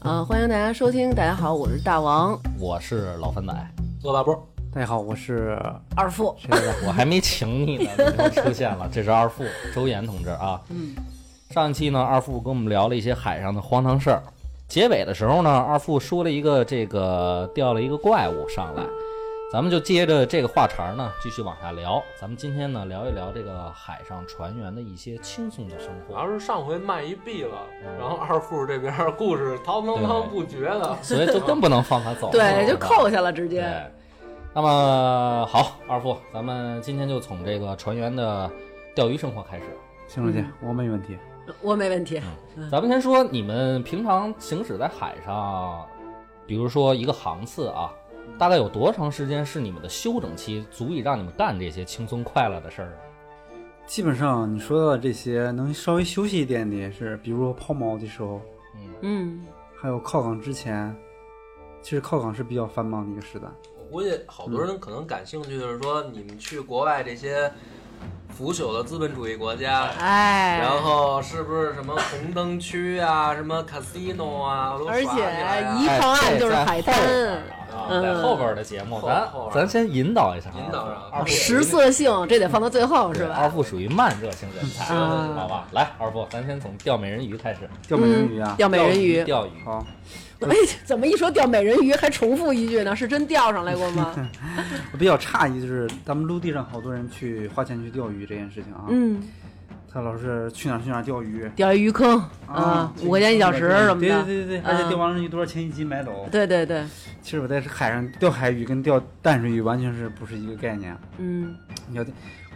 呃，欢迎大家收听，大家好，我是大王我是老翻仔，乐大波，大家好，我是二副，谁来着？我还没请你呢，你就出现了。这是二副周岩同志啊。嗯。上一期呢，二副跟我们聊了一些海上的荒唐事儿。结尾的时候呢，二副说了一个这个掉了一个怪物上来，咱们就接着这个话茬儿呢继续往下聊。咱们今天呢聊一聊这个海上船员的一些轻松的生主活 要。是上回卖一币了，然后二副这边故事滔滔对滔不绝的，所以就更不能放他走了，对，哦就是吧扣下了，直接。对，哎那么好，二副，咱们今天就从这个船员的钓鱼生活开始。行了，姐，嗯我没问题。我没问题。咱们先说你们平常行驶在海上，比如说一个航次啊，大概有多长时间是你们的休整期，足以让你们干这些轻松快乐的事儿？基本上你说到这些，能稍微休息一点的也是，比如说抛锚的时候，嗯，嗯，还有靠港之前，其实靠港是比较繁忙的一个时段。我估计好多人可能感兴趣的是说，你们去国外这些腐朽的资本主义国家，哎，然后是不是什么红灯区啊，什么 casino 啊，都耍而起且哎来啊一靠岸就是哎海这在后边儿滩，啊嗯在后边儿的节目，后咱后边儿咱先引导一下啊，引导上二副食色性，这得放到最后是对吧？二副属于慢热型人才，啊好吧？来，二副，咱先从钓美人鱼开始。钓美人鱼啊，钓美人鱼。钓鱼，好，哎，怎么一说钓美人鱼还重复一句呢？是真钓上来过 吗？我比较诧异就是咱们陆地上好多人去花钱去钓鱼这件事情啊，嗯，他老是去哪儿去哪儿钓鱼钓鱼坑啊啊，，五块钱一小时什么对的。对对对，而且嗯钓完了鱼多少钱一斤买走？对对对，其实我在海上钓海鱼跟钓淡水鱼完全是不是一个概念。啊嗯，你要，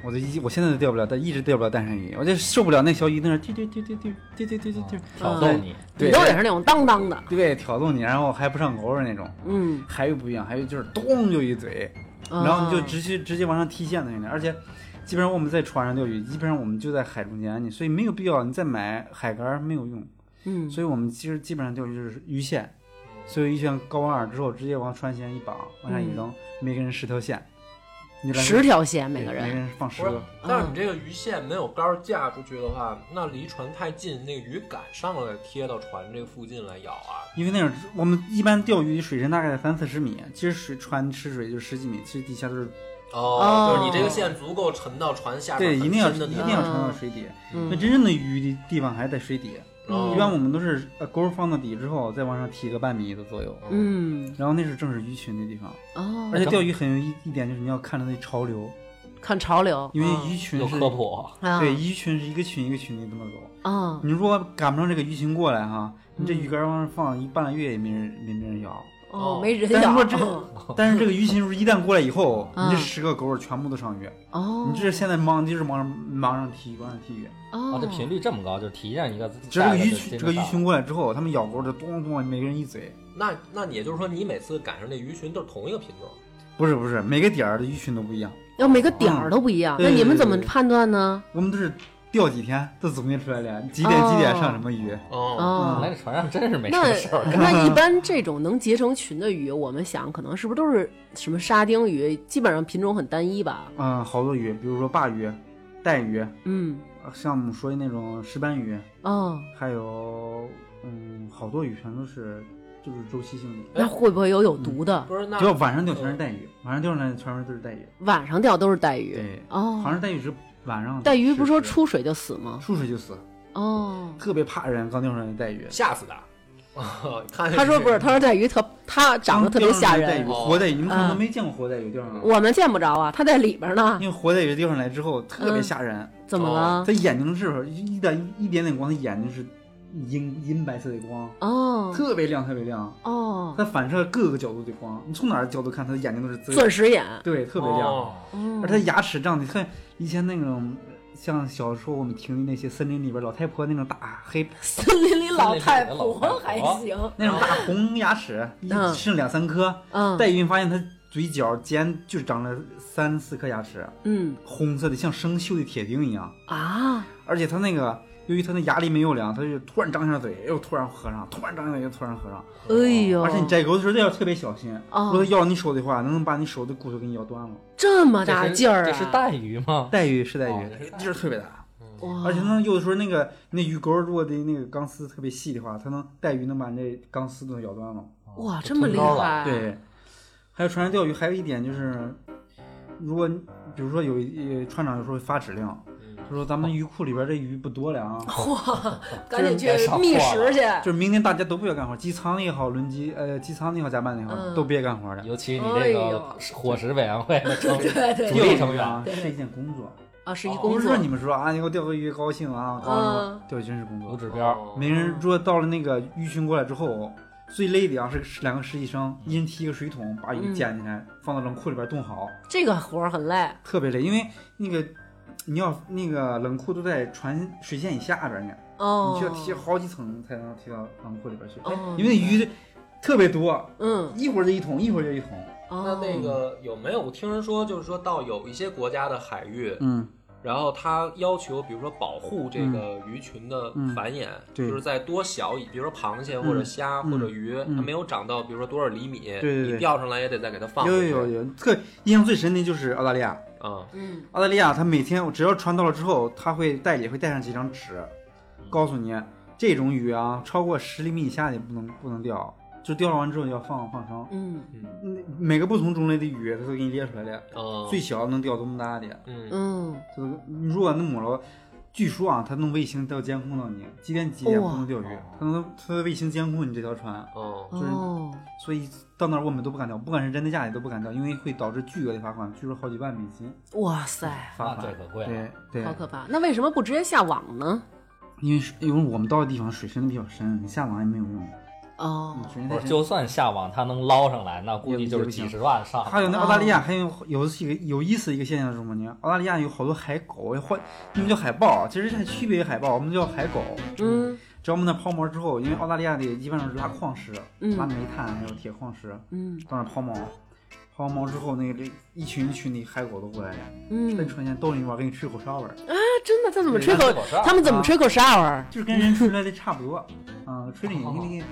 我都一我现在都钓不了，但一直钓不了淡水鱼，我就受不了那小鱼在那儿丢丢丢丢丢丢丢丢丢丢，嗯嗯挑逗你，哦你对都得是那种当当的。对，挑逗你，然后还不上钩的那种。嗯，海鱼不一样，海鱼就是咚就一嘴，啊然后你就直接直接往上踢线的那种，而且。基本上我们在船上钓鱼，基本上我们就在海中间，你所以没有必要你再买海竿儿没有用，嗯，所以我们其实基本上钓鱼就是鱼线，所以鱼线高完饵之后直接往船线一绑，往下一扔，每个人十条线，你来嗯十条线对每个每个人。人放十不是个，，但是你这个鱼线没有杆架出去的话，那离船太近，那个鱼敢上来贴到船这附近来咬啊。因为那种我们一般钓鱼水深大概在三四十米，其实水船吃水就十几米，其实底下都是哦，就是哦你这个线足够沉到船下对，面一很定要深一的地定方，要沉到水底。嗯那真正的鱼的地方还是在水底，嗯一般我们都是呃钩放到底之后再往上提个半米的左右，嗯，然后那是正是鱼群的地方。哦，而且钓鱼很有一一点就是你要看着那潮流，看潮流，因为鱼嗯群有是科普，啊，对鱼群是一个群一个群的这么走。啊，你如果赶不上这个鱼群过来哈，你这嗯鱼竿往上放一半个月也没人没没人咬。哦哦，没人但是咬，哦说这个但是这个鱼群如果一旦过来以后，嗯你这十个钩儿全部都上鱼，哦，你这现在忙就是忙上忙上踢，忙上踢鱼。哦啊，，这频率这么高，就是提上一个，只下要这一个鱼就群进这个到鱼群过来之后，他们咬钩儿就咚咚，每个人一嘴。那那你也就是说，你每次赶上这鱼群都是同一个品种，率不是不是，每个点儿的鱼群都不一样。要每个点儿都不一样，嗯那你们对对对怎么判断呢？我们都是钓几天都总结出来了，几点几点上什么鱼。哦，哦 来，这船上真是没什那么事儿。那一般这种能结成群的鱼，我们想可能是不是都是什么沙丁鱼？基本上品种很单一吧？嗯，好多鱼，比如说鲅鱼、带鱼，嗯，像我们说的那种石斑鱼，哦，还有嗯，好多鱼全都是就是周期性的。那会不会有有毒的？不是那只要晚上钓全是带鱼，晚上钓上来全是都是带鱼。晚上钓都是带鱼嗯对，好哦，像是带鱼是晚上吃。带鱼不是说吃出水就死吗？出水就死，哦。特别怕人刚钓上来的带鱼。吓 死的。哦看见他说这不是，他说带鱼特，它长得特别吓嗯刚钓上来的带人鱼，活带鱼，你们可能都没见过活带鱼钓上来。我们见不着啊，它在里边呢，因为活带鱼钓上来之后特嗯别吓人，怎么了？它眼睛是一点一点点光，它眼睛是银银白色的光，哦特别亮，特别亮，哦，它反射各个角度的光，你从哪儿角度看，它的眼睛都是钻紫，石眼，对，特别亮，哦嗯 而它牙齿长得看以前那种。像小时候我们听的那些森林里边老太婆那种大黑森林里老太森林里婆老还太婆行，那种大红牙齿，一嗯剩两三颗。嗯带鱼发现它嘴角尖就长了三四颗牙齿，嗯红色的像生锈的铁钉一样。啊，而且它那个，由于它那牙力没有量，它就突然张下嘴，又突然合上，突然张下嘴，又突然合上。哎呦，而且你摘钩的时候要特别小心，哦如果它咬你手的话，能把你手的骨头给你咬断了。这么这大是劲儿这是啊！带鱼吗？带鱼是带哦嗯鱼，劲儿特别大。哇，而且它能有的时候那个那鱼钩如果的那个钢丝特别细的话，它能带鱼能把那钢丝都能咬断了。哇哦就这么吞厉高了害，，对，还有船上钓鱼，还有一点就是，如果你比如说有一呃船长有时候会发指令，嗯，他说咱们鱼库里边这鱼不多了啊，哇，赶紧去别上觅货了食去，就是明天大家都不要干活，机舱的也好，轮机呃机舱的也好，甲板的也好，嗯都别干活了。尤其你这哎个呦伙食委员会的成 员，对对主钓力鱼成员啊是一件工作，啊，是一哦工不是作说，你们说啊，你给我钓个鱼高兴啊，高兴嗯啊，钓鱼真是工有作。指标，哦没人如果到了那个鱼群过来之后，最累的啊是两个实习生，一人提一个水桶，把鱼嗯捡起来放到冷库里边冻好，这个活儿很累，特别累，因为那个你要那个冷库都在船水线以下边呢，哦你，需要提好几层才能提到冷库里边去，哦，因为鱼特别多，嗯，一会儿就一桶，一会儿就一桶。哦那那个有没有听人说，就是说到有一些国家的海域，嗯，然后它要求，比如说保护这个鱼群的繁衍，嗯对就是在多小以，比如说螃蟹或者虾嗯或者鱼，嗯它没有长到，比如说多少厘米，对对你钓上来也得再给它放有回去。有有有，特印象最深的就是澳大利亚，啊，嗯，澳大利亚它每天我只要船到了之后，它会袋里会带上几张纸，告诉你这种鱼啊，超过十厘米以下的不能不能钓，就钓完之后要放放生。嗯嗯嗯每个不同种类的鱼，它都给你列出来了，嗯，最小能钓多么大的，嗯嗯，它都如果弄抹了。据说啊，它弄卫星都要监控到你几点几点不哇能钓鱼，它能它的卫星监控你这条船，哦 就是哦，所以到那儿我们都不敢钓，不管是真的假的都不敢钓，因为会导致巨额的罚款，据说好几万美金哇塞，罚那这款。可贵了。啊对对，好可怕！那为什么不直接下网呢？因为水因为我们到的地方水深的比较深，你下网也没有用，哦你，水深不太是，深。就算下网，他能捞上来，那估计就是几十万上。还有啊那澳大利亚还有有一个有意思的一个现象是什么呢？澳大利亚有好多海狗，或你们叫海豹，啊其实它区别于海豹，我们叫海狗。嗯只要我们那抛锚之后，因为澳大利亚的一般都是拉矿石，嗯拉煤炭还有铁矿石，嗯到那抛锚，抛完锚之后，那个一群一群的海狗都过来了，在嗯，船前逗你一玩，给你吹口哨玩， 那真的，他怎么对吹口吹口哨？他们怎么吹口哨啊？就是跟人吹来的差不多，啊、吹的你那个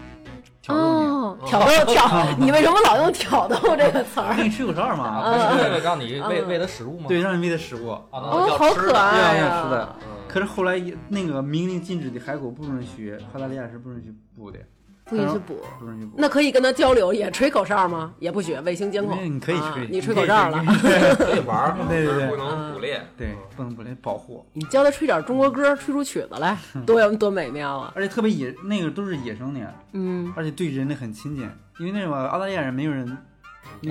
挑逗你。哦，挑 逗挑，你为什么老用挑逗这个词我儿？给你吹口哨嘛，嗯啊，不是为了让你喂喂它食物吗？对，让你喂它食物。啊，那哦，要好吃可的爱嗯要呀！要吃的嗯啊可是后来也那个明令禁止的海狗不允许，澳大利亚是不允许捕的，不允许捕。不允许捕。那可以跟他交流，也吹口哨吗？也不许，卫星监那控。你可以啊吹，你吹可口以哨了，。 可以可以可以玩儿，对对对嗯但是不能捕猎。对，不能不能保护，你教他吹点中国歌，吹出曲子来，嗯多有多美妙啊！而且特别野，那个都是野生的，嗯而且对人类很亲近，因为那种澳大利亚人没有人没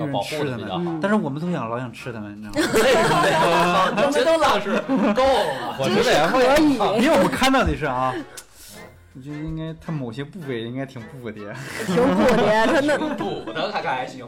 嗯要有人保护啊吃的它比较们，好。嗯，但是我们都想老想吃它们，你知道吗？ 哦 我们都老是够了，我觉得也可以。因为我们看到的是啊，我觉得应该它某些部位应该挺不的， 挺苦的，他那捕的大概还行，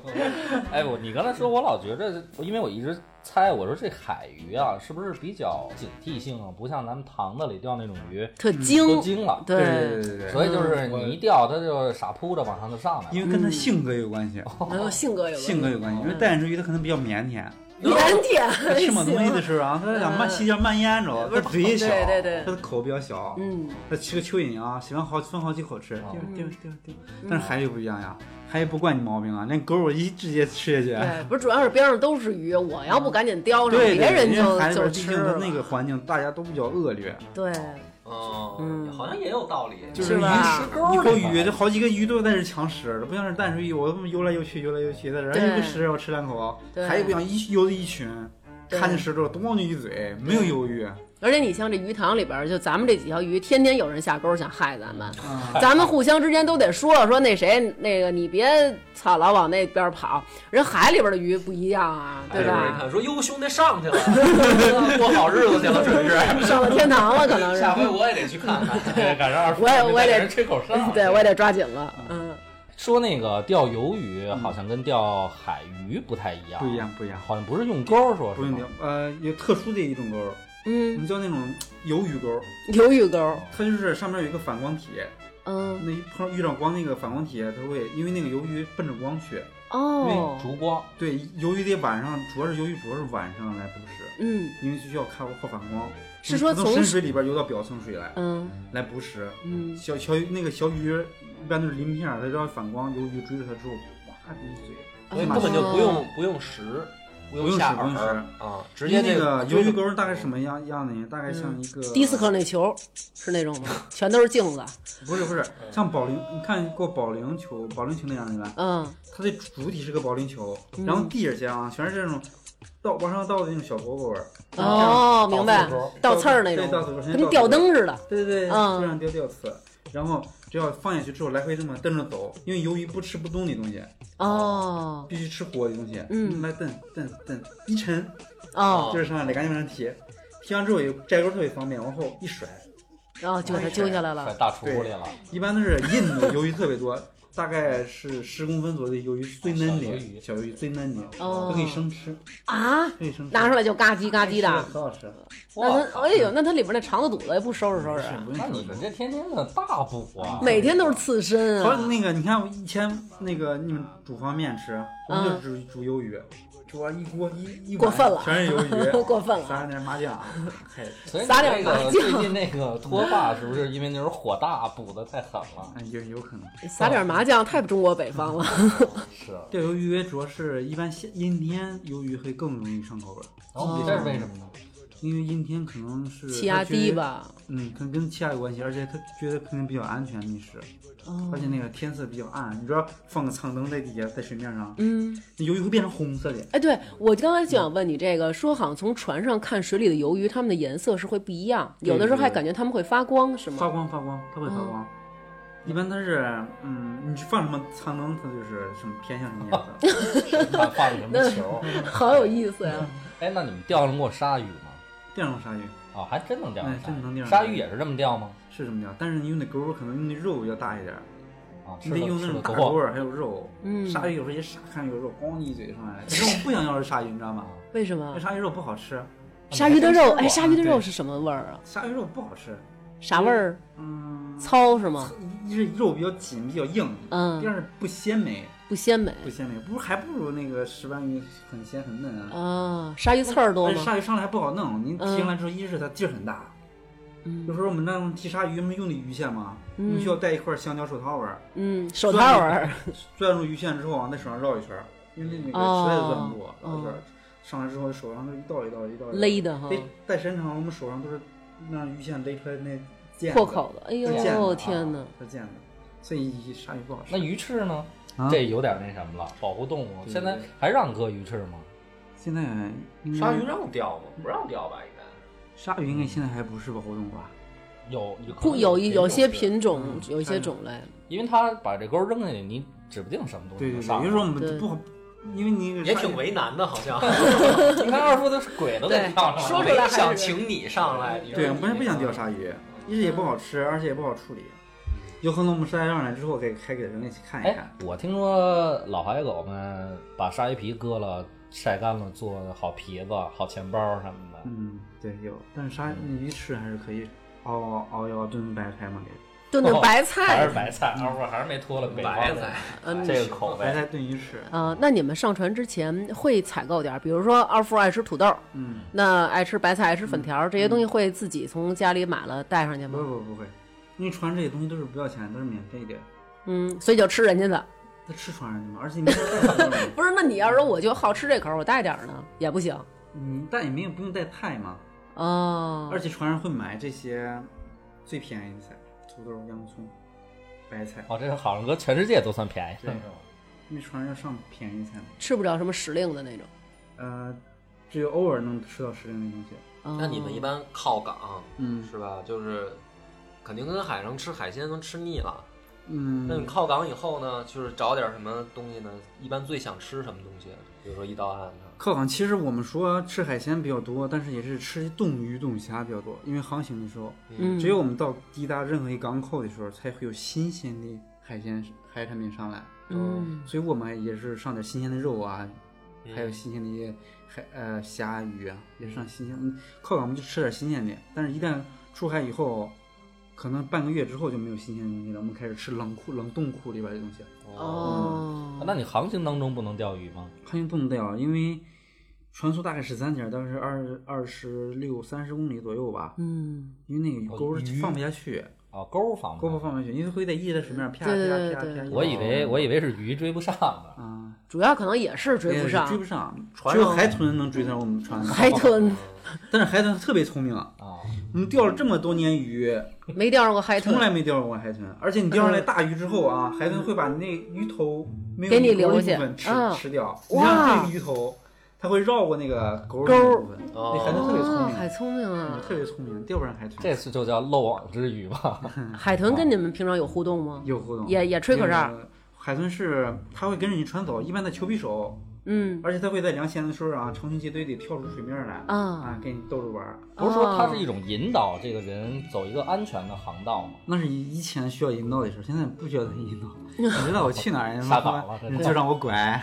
哎，我你刚才说，我老觉着，因为我一直猜，我说这海鱼啊，是不是比较警惕性啊？不像咱们塘子里钓那种鱼，特都精，精了，嗯 对对对对对，所以就是你一钓，它就傻扑着往上就上来了。因为跟它性格有关系，然后性格有性格有关系，嗯因为带着鱼它可能比较腼 腆。腼他腆，吃某东西的时候啊，他想慢细嚼慢咽着，他嘴也小，嗯对对对他的口比较小，嗯，他吃个蚯蚓啊，喜欢好分好几口吃，哦丢丢丢丢。嗯但是海鱼不一样呀，海鱼不惯你毛病啊，连狗我一直接吃 下去。对，不是，主要是边上都是鱼，我要不赶紧叼上，对，别人因为就海里就边毕吃竟它了。那个环境，大家都比较恶劣，对，嗯嗯，好像也有道理，就是鱼吧食沟一口鱼，这好几个鱼都在这抢食，这不像是淡水鱼，我这么游来游去，游来游去，在这儿对哎一个食我吃两口，对海鱼不一样，一游的一群，对看见食之后咣就一嘴，没有犹豫，而且你像这鱼塘里边儿，就咱们这几条鱼，天天有人下钩想害咱们，啊，咱们互相之间都得说说那谁那个你别操老往那边跑，人海里边的鱼不一样啊，对哎一吧？看说哟，兄弟上去了，过好日子去了，准是。上了天堂了，可能是下，回我也得去看看。对，赶上二我也我也得。吹口哨对我也得抓紧了，嗯，说那个钓鱿鱼，好像跟钓海鱼不太一样，不一样，不一样。好像不是用钩儿说，不用钓钓。，呃，有特殊的一种钩儿，我嗯，们叫那种呃鱿鱼钩儿，鱿鱼钩，它就是上面有一个反光体，嗯，那一碰遇到光那个反光体，它会因为那个鱿鱼奔着光去，哦，烛光，对，鱿鱼得晚上，主要是鱿鱼主要是晚上来捕食，嗯，因为需要靠靠反光，是说从从深水里边游到表层水来嗯来捕食。嗯，小小鱼那个小鱼一般都是鳞片儿，它只要反光，鱿鱼追着它之后，哇，一嘴，所以哦根本就不用不用食，不不用下使不用饵使儿，啊，直直接接那这个就鱿是鱼钩大概什么样样的呢？大概像一个迪斯科那球是那种吗？全都是镜子。不是不是，像保龄，你看过保龄球、保龄球那样的吧？嗯，它的主体是个保龄球，嗯然后地下啊全是这种倒往上倒的那种小蝈蝈儿，哦，明白倒刺，钩倒刺儿那对，倒种，刺跟吊，灯似的。对对对，嗯就像吊吊刺。然后只要放下去之后，来回这么蹬着走，因为鱿鱼不吃不动的东西，哦必须吃活的东西。嗯来蹬蹬蹬，一沉哦就是上来，赶紧往上提，提完之后也摘钩特别方便，往后一甩。然后就给它哦揪下来在了。大厨里了，一般都是印度鱿鱼特别多，大概是十公分左右的鱿鱼是最嫩小鱿的，鱼小鱿鱼最嫩的，哦都可以生吃，啊，可以生吃。拿出来就嘎叽嘎叽的。很好吃，那它，靠哎呦，那它里边那肠子肚子也不收拾收拾是啊，不那用你吃们这天天的大补啊，每天都是刺身好像啊。那个，你看我以前那个你们煮方便面吃，我们就煮煮鱿鱼，煮完一锅一一嗯过碗分了全是鱿鱼， 过分了撒点麻酱，嘿，所以你撒点这麻个酱最近那个脱发是不是因为那时候火大补的太狠了？哎有有可能。撒点麻酱太不中国北方了。是，钓鱿鱼主要是一般夏阴天鱿鱼会更容易上口味，然后你这是为什么呢？哦因为阴天可能 是气压它觉得低，吧？嗯，跟跟气压有关系，而且它觉得可能比较安全觅食。哦而，且那个天色比较暗，你知道放个苍灯在底下，在水面上，嗯。那鱿鱼会变成红色的。哎，对我刚才就想问你这个，说好像从船上看水里的鱿鱼，它们的颜色是会不一样，有的时候还感觉它们会发光，是发吗？光发光，它会发光。一般它是，嗯，你去放什么苍灯，它就是什么偏向什么颜色。看放什 么球？好有意思呀、哎，那你们钓上过鲨鱼吗？钓上鲨鱼啊，还真能钓上哎真鲨能鱼。钓上鲨鱼也是这么钓吗？是什么钓，但是你用的钩儿可能用的肉要大一点儿，啊，吃你得的用那吃的种多大好钩儿，还有肉。嗯鲨鱼有时候也傻看有肉，咣一嘴上来。其实我不想要这鲨鱼，你知道吗？为什那么？鲨鱼肉不好吃，鲨鱼的肉，哎，鲨鱼的对肉是什么味儿啊？鲨鱼肉不好吃。啥味儿？嗯，糙是吗？一是肉比较紧，比较硬。第嗯，二是不鲜美，不鲜美不鲜美，不是还不如那个石斑鱼很鲜很嫩啊。啊。鲨鱼刺儿多而且吗？鲨鱼上来还不好弄，您嗯提上来之后，一是它劲儿很大，有嗯时候我们那种提鲨鱼，我们用的鱼线嘛，我们需要带一块橡胶手套纹，嗯，手套纹儿。攥住鱼线之后往在手上绕一圈儿，因为那个哦实在是攥不住，绕一圈哦儿，上来之后手上就一道一道一道一道勒的哈，得带时间长了，我们手上都是让鱼线勒出来那剑破口子。哎是这样的呦啊天哪！是剑的，所以鲨鱼不好吃。那鱼翅呢？啊这有点那什么了，保护动物。对现在还让割鱼翅吗？现在应该鲨鱼让钓吗？不让钓吧，应该。鲨鱼应该现在还不是保护动物吧？有不有一有些，可能品种嗯，有一鲨些鱼种类，因为它把这钩扔下去，你指不定什么东对西就对对，上有来时候我了。们不好，因为你那个也鲨鱼挺为难的，好像你看二夫都是鬼都对给钓上了，说出没来还是想请你上来。你说对，你我们也不想钓鲨鱼，一是也不好吃，二是也不好处理。有可能我们晒上来之后，给还给人家去看一哎看。，我听说老海狗们把鲨鱼皮割了，晒干了做好皮子、好钱包什么的。嗯，对，有，但是鲨鱼翅还是可以熬熬腰炖白菜嘛，给炖的哦白还菜是白菜，二 夫还是没脱了北方白的菜嗯这个口白味。菜炖鱼翅。啊。那你们上船之前会采购点儿，比如说二富爱吃土豆，嗯，那爱吃白菜、爱吃粉条儿这些东西，会自己从家里买了带上去不吗？不不会，因为船这些东西都是不要钱，都是免费的，嗯，所以就吃人家的。他吃船上去嘛，而且你没有不是，那你要是我就好吃这口儿，我带点儿呢也不行。 你带也没有不用带菜嘛，哦，而且船上会买这些最便宜的菜，土豆、洋葱、白菜，哦，这个好像搁全世界都算便宜对了。因为船上要上便宜菜嘛。吃不着什么时令的那种。呃，只有偶尔能吃到时令的东西。哦那你们一般靠港嗯是吧？就是肯定跟海上吃海鲜都吃腻了。那你嗯，靠港以后呢，就是找点什么东西呢？一般最想吃什么东西？啊比如说一到岸上，靠港其实我们说吃海鲜比较多，但是也是吃冻鱼、冻虾比较多，因为航行的时候，嗯，只有我们到抵达任何一港口的时候，才会有新鲜的海鲜海产品上来。嗯所以我们也是上点新鲜的肉啊，嗯还有新鲜的一些海呃虾鱼啊，也是上新鲜。嗯靠港我们就吃点新鲜的，但是一旦出海以后。可能半个月之后就没有新鲜的东西了，我们开始吃冷库、冷冻库里边的东西。嗯哦， 那你航行当中不能钓鱼吗？航行不能掉，啊因为船速大概十三节，但是二二十六三十公里左右吧，嗯，因为那个鱼钩哦鱼儿放不下去，啊，钩儿放钩不不哦上。放不下去，因为会在一直在水面上啪啪对对啪对啪啪。我以为我以为是鱼追不上呢。啊，主要可能也是追不也是上追，不上，船只有上海豚能追上哦我们船。海豚但是海豚特别聪明啊，啊，我们钓了这么多年鱼，没钓上过海从豚，嗯来没钓过海豚，而且你钓上来大鱼之后啊，海豚会把那鱼头没有给你鱼钩的留下部分吃嗯吃掉。你哇像这个鱼头，它会绕过那个钩钩的儿那部分，哦那海豚特别聪啊，明，海聪明嗯啊！特别聪明，钓不上海豚。这次就叫漏网之鱼吧。嗯海豚跟你们平常有互动吗？有活动，也也吹口哨，那个海豚是它会跟着你船走，一般在球匕首，嗯而且它会在凉闲的时候啊，成群结队地跳出水面来啊，啊，给你逗着玩儿。不是说它是哦一种引导这个人走一个安全的航道吗？那是以前需要引导的事儿，现在不需要再 引导。你知道我去哪儿，撒把了你就让我 拐。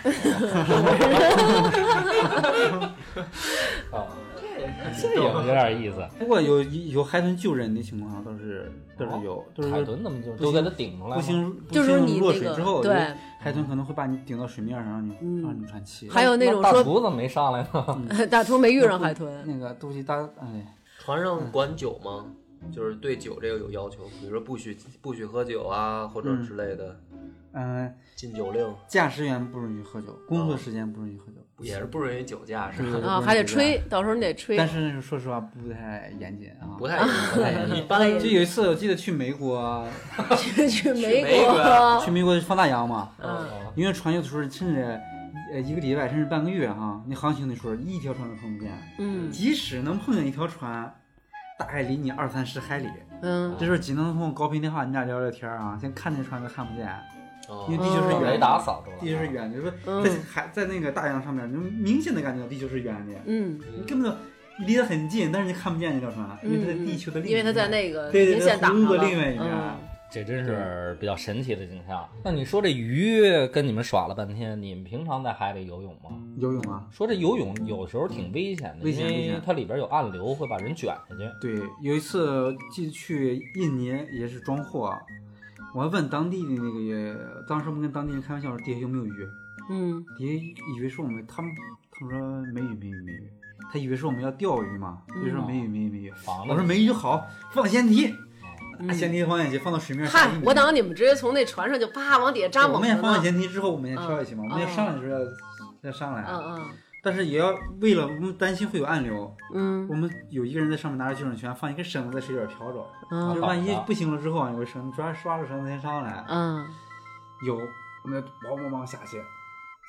啊，这也有点意思。不过有有海豚救人的情况倒是倒是有，都是哦海豚怎么就不就行给它顶出来不了？幸就不是幸你落那水个之后，有对，海豚可能会把你顶到水面上，让你嗯让你喘气。还有那种大说厨怎么没上来 呢？大头没遇上海豚，那个东西大，哎，船上管酒吗？就是对酒这个有要求，比如说不许不许喝酒啊，或者之类的嗯，禁酒令，驾驶员不允许喝酒，工作时间不允许喝酒，也是不允嗯许酒驾是对对吧？对啊，不允许还得酒驾吹，到时候你得吹。但是那时候说实话不太严谨啊，不太不太一 般就有一次我记得去美国， 去去美美国国，去美国放大洋嘛，哦嗯，因为船有的时候甚至呃一个礼拜甚至半个月哈、那航行的时候一条船都碰不见，嗯即使能碰见一条船，大概离你二三十海里，嗯，这时候只能通过高频电话你俩聊聊天啊，先看见船都看不见，哦因为地球是哦圆的，雷达扫出来了，嗯啊地球是圆的，就是嗯说在海在那个大洋上面，你能明显的感觉到地球是圆的，嗯，你根本就你离得很近，但是你看不见那条船，因为它在地球的另一嗯因为它在面那个对对零对线挡葫芦上的了。另外一面嗯这真是比较神奇的景象。那你说这鱼跟你们耍了半天，你们平常在海里游泳吗？游泳啊。说这游泳有时候挺危险的，危险危因为险它里边有暗流，会把人卷下去。对，有一次记得去印尼也是装货，啊我还问当地的那个，当时我们跟当地人开玩笑说底下有没有鱼，嗯底下以为是我们，他们他们说没鱼没鱼没鱼，他以为是我们要钓鱼嘛，嗯就说没鱼没鱼没鱼，防我了说你没鱼好，放舷梯，拿舷嗯，梯放下去，放到水面上嗨一米。，我等你们直接从那船上就啪往底下扎我猛们子也放呢下。舷梯之后，我们也跳下去嗯嘛，我们也上来的时候要要上来，啊嗯但是也要为了我们担心会有暗流，嗯我们有一个人在上面拿着救生圈，放一根绳子在水里边漂着。嗯就是嗯万一不行了之后啊，有个绳抓抓着绳子先上来，嗯有我们咣咣咣下去，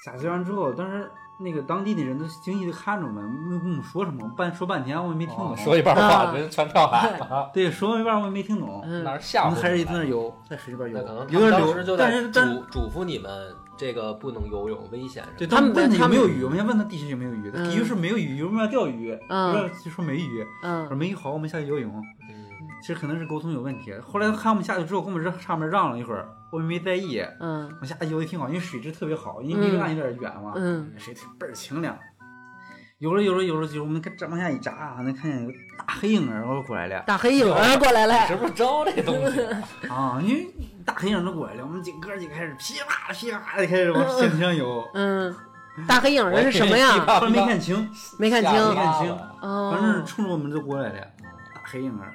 下去完之后，当时那个当地的人都惊异的看着我们，没跟我们说什么，半说半天我也没听懂，哦说一半话，啊人全跳海 了，对说一半我也没听懂，那嗯，是我吓唬们你还是在们那游，在水里边那可能游，他有点们当时流，就但在是但嘱嘱咐你们这个不能游泳，危险对，什他们么的。问他他有们没有鱼，我们先问他地区有没有鱼，他嗯地区是没有鱼，为什么要钓鱼？嗯不知道就说没鱼，我说嗯没鱼好，我们下去游泳。嗯，其实可能是沟通有问题。后来他看我们下去之后，跟我们这上面让了一会儿，我们没在意，嗯往下哎游的挺啊好，因为水质特别好，因为离嗯岸有点远嘛，嗯水特倍儿清凉。游着游着游着，就我们这往下一扎啊，能看见有个大黑影儿过 来了大黑影儿过来是了，不是招这东西？ 啊！因为大黑影儿都过来了，我们几个就开始噼啪噼啪的开始往舷梯上游，嗯，大黑影儿是什么呀？后来没看清，没看清吓没看清死了哦，反正冲着我们就过来了，大黑影儿。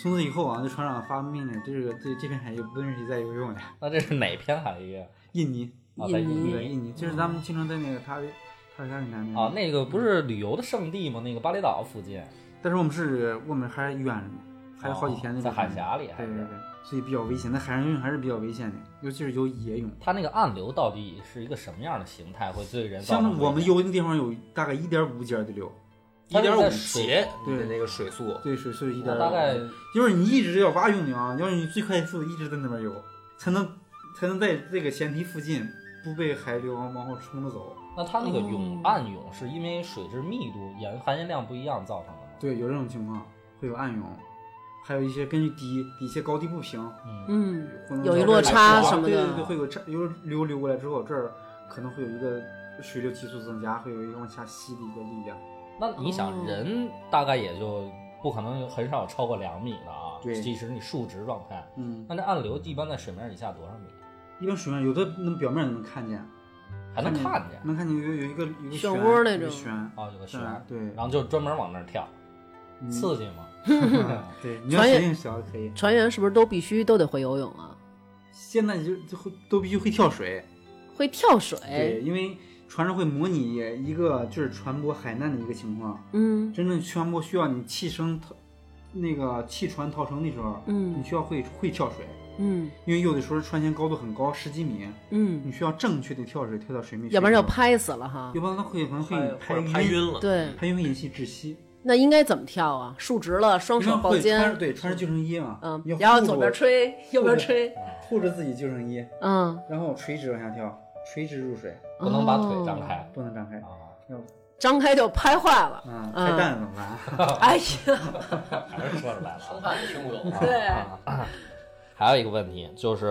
从此以后啊，那船长发命令，这个这这片海域不允许再游泳了。那这是哪片海域啊？印尼，啊在印尼对，印尼，就是咱们经常在那个塔维塔维塔里南边啊，那个不是旅游的圣地吗？那个巴厘岛附近，但是我们是，我们还远着呢，还有好几天哦的、在海。峡里还对对是。对，所以比较危险。在海上游泳还是比较危险的，尤其是游野泳。它那个暗流到底是一个什么样的形态，会对人造成像我们危险游的地方有大概一点五节的流，一它是点在五水节对的那个水速，对，水速一点大概就是你一直要蛙泳的啊，要是你最快速度一直在那边游，才能才能在这个舷梯附近不被海流啊往往后冲着走。那它那个涌哦暗涌是因为水质密度、盐含盐量不一样造成的吗？对，有这种情况，会有暗涌，还有一些根据底底下高低不平，嗯，嗯可能有一在落这儿差有什么对的对对，会有差，有流流过来之后，这儿可能会有一个水流急速增加，会有一个往下吸的一个力量。那你哦想，人大概也就不可能很少超过两米的啊，对即使你竖直状态，嗯，那这暗流一般在水面以下多少米？一般水面有的能表面能看见，还能看见能看见有有一个有一个漩涡那有一个种旋，哦，有个旋，嗯对，然后就专门往那儿跳，嗯刺激 吗？对，你要船也水性小可以。船员是不是都必须都得会游泳啊？现在就就会都必须会跳水，会跳水，对，因为船上会模拟一个就是船舶海难的一个情况，嗯真正船舶需要你弃生逃，那个弃船逃生的时候，嗯你需要会会跳水，嗯因为有的时候船舷高度很高，十几米，嗯，你需要正确的跳水跳到水面，要不然就水中，拍死了哈。要不然它会可能会或者拍拍，晕了。对，拍晕会引起窒息。那应该怎么跳啊？竖直了，双因为手抱会穿肩，对穿着救生衣嘛，嗯你，要然后护左住边吹，右边吹，护着自己救生衣，嗯，然后垂直往下跳，垂直入水，不能把腿张开不能张开啊。要张开就拍坏了。啊，嗯开蛋了怎么办？哎呀， 还是说出来了啊。看也听不懂啊。对，还有一个问题就是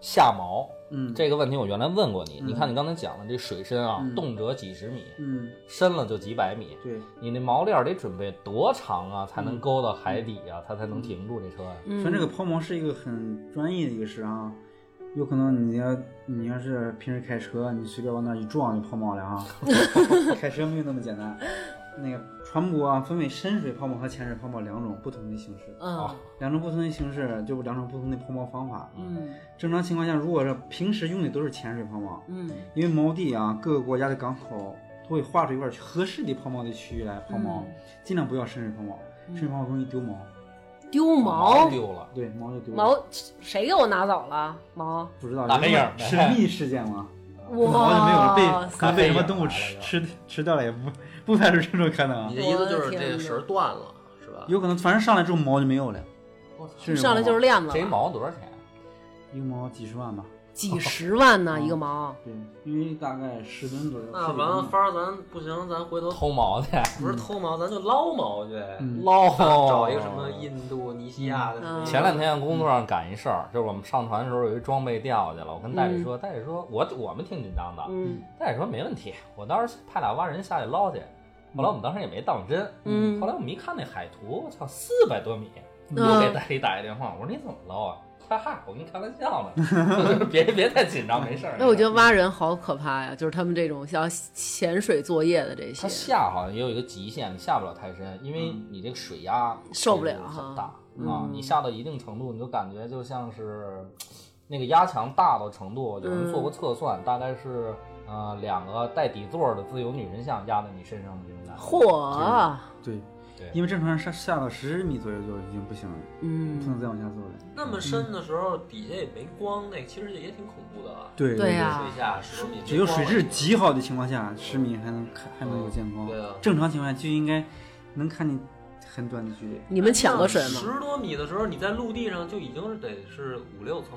下锚 嗯，这个问题，我原来问过你。嗯你看你刚才讲的这水深啊，嗯动辄几十米，嗯，深了就几百米。对，你那锚链儿得准备多长啊，才嗯能勾到海底啊，它才能停住这车呀、嗯反正这个抛锚是一个很专业的一个事啊，有可能你要你要是平时开车，你随便往那一撞就抛锚 了啊，开车没有那么简单。那个船舶啊，分为深水抛锚和浅水抛锚两种不同的形式，嗯两种不同的形式就两种不同的抛锚方法。嗯正常情况下，如果是平时用的都是浅水抛锚，嗯因为锚地啊，各个国家的港口都会划出一块合适的抛锚的区域来抛锚，嗯尽量不要深水抛锚，深水抛锚容易丢锚，丢锚毛丢了，对，锚就丢了。毛，谁给我拿走了毛？不知道打黑影儿神秘事件吗？毛就没 有哇，被可能被什么动物打黑吃影儿吃吃掉了，也不不排除这种可能啊你。的意思就是这个绳儿断了，是吧？有可能，反正上来之后毛就没有了。是上来就是链子这一了，锚多少钱？一个毛几十万吧，几十万呢嗯一个毛。对，因为大概十吨左右。啊那完了，番儿咱不行，咱回头偷锚去，不是偷毛，咱就捞毛去，嗯捞啊找一个什么印度尼西亚的什嗯么一个。前两天工作上赶一事儿，就是我们上船的时候有一装备掉下去了，我跟嗯戴宇说，戴宇说我我们挺紧张的，嗯戴宇说没问题，我当时派俩蛙人下去捞去。后来我们当时也没当真，嗯后来我们一看那海图，我操，四百多米，嗯又给戴宇打一电话，我说你怎么捞啊？哈哈，我跟你开玩笑呢， 我说别别太紧张，没事儿。哎那我觉得挖人好可怕呀，就是他们这种像潜水作业的这它些，下好像也有一个极限，你下不了太深，因为嗯你这个水压受不了哈很大嗯啊。你下到一定程度，你就感觉就像是那个压强大到程度，有人做嗯过测算，大概是呃两个带底座的自由女神像压在你身上的这种感觉。嚯，对对，因为正常人下下到十米左右就已经不行了，不能嗯，再往下走了。那么嗯深的时候，底下也没光，那其实也挺恐怖的啊。对对呀水下十米，只有水质极好的情况下，十米还能看还能有见光。对啊正常情况下就应该能看见很短的距离。你们抢过水吗？十多米的时候，你在陆地上就已经是得是五六层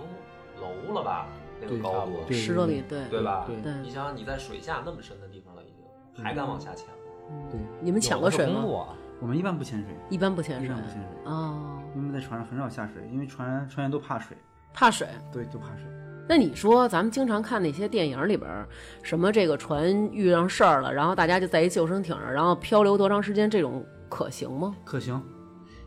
楼了吧？那个对高度，对十多米，对对吧？对嗯对你想想，你在水下那么深的地方了，已经还敢往下潜吗？对，你们抢过水有的吗是工？作啊我们一般不潜水，一般不潜一水般不潜水，哦，因为我们在船上很少下水，因为船船员都怕水，怕水。对，都怕水。那你说，咱们经常看那些电影里边儿，什么这个船遇上事儿了，然后大家就在一救生艇上，然后漂流多长时间，这种可行吗？可行，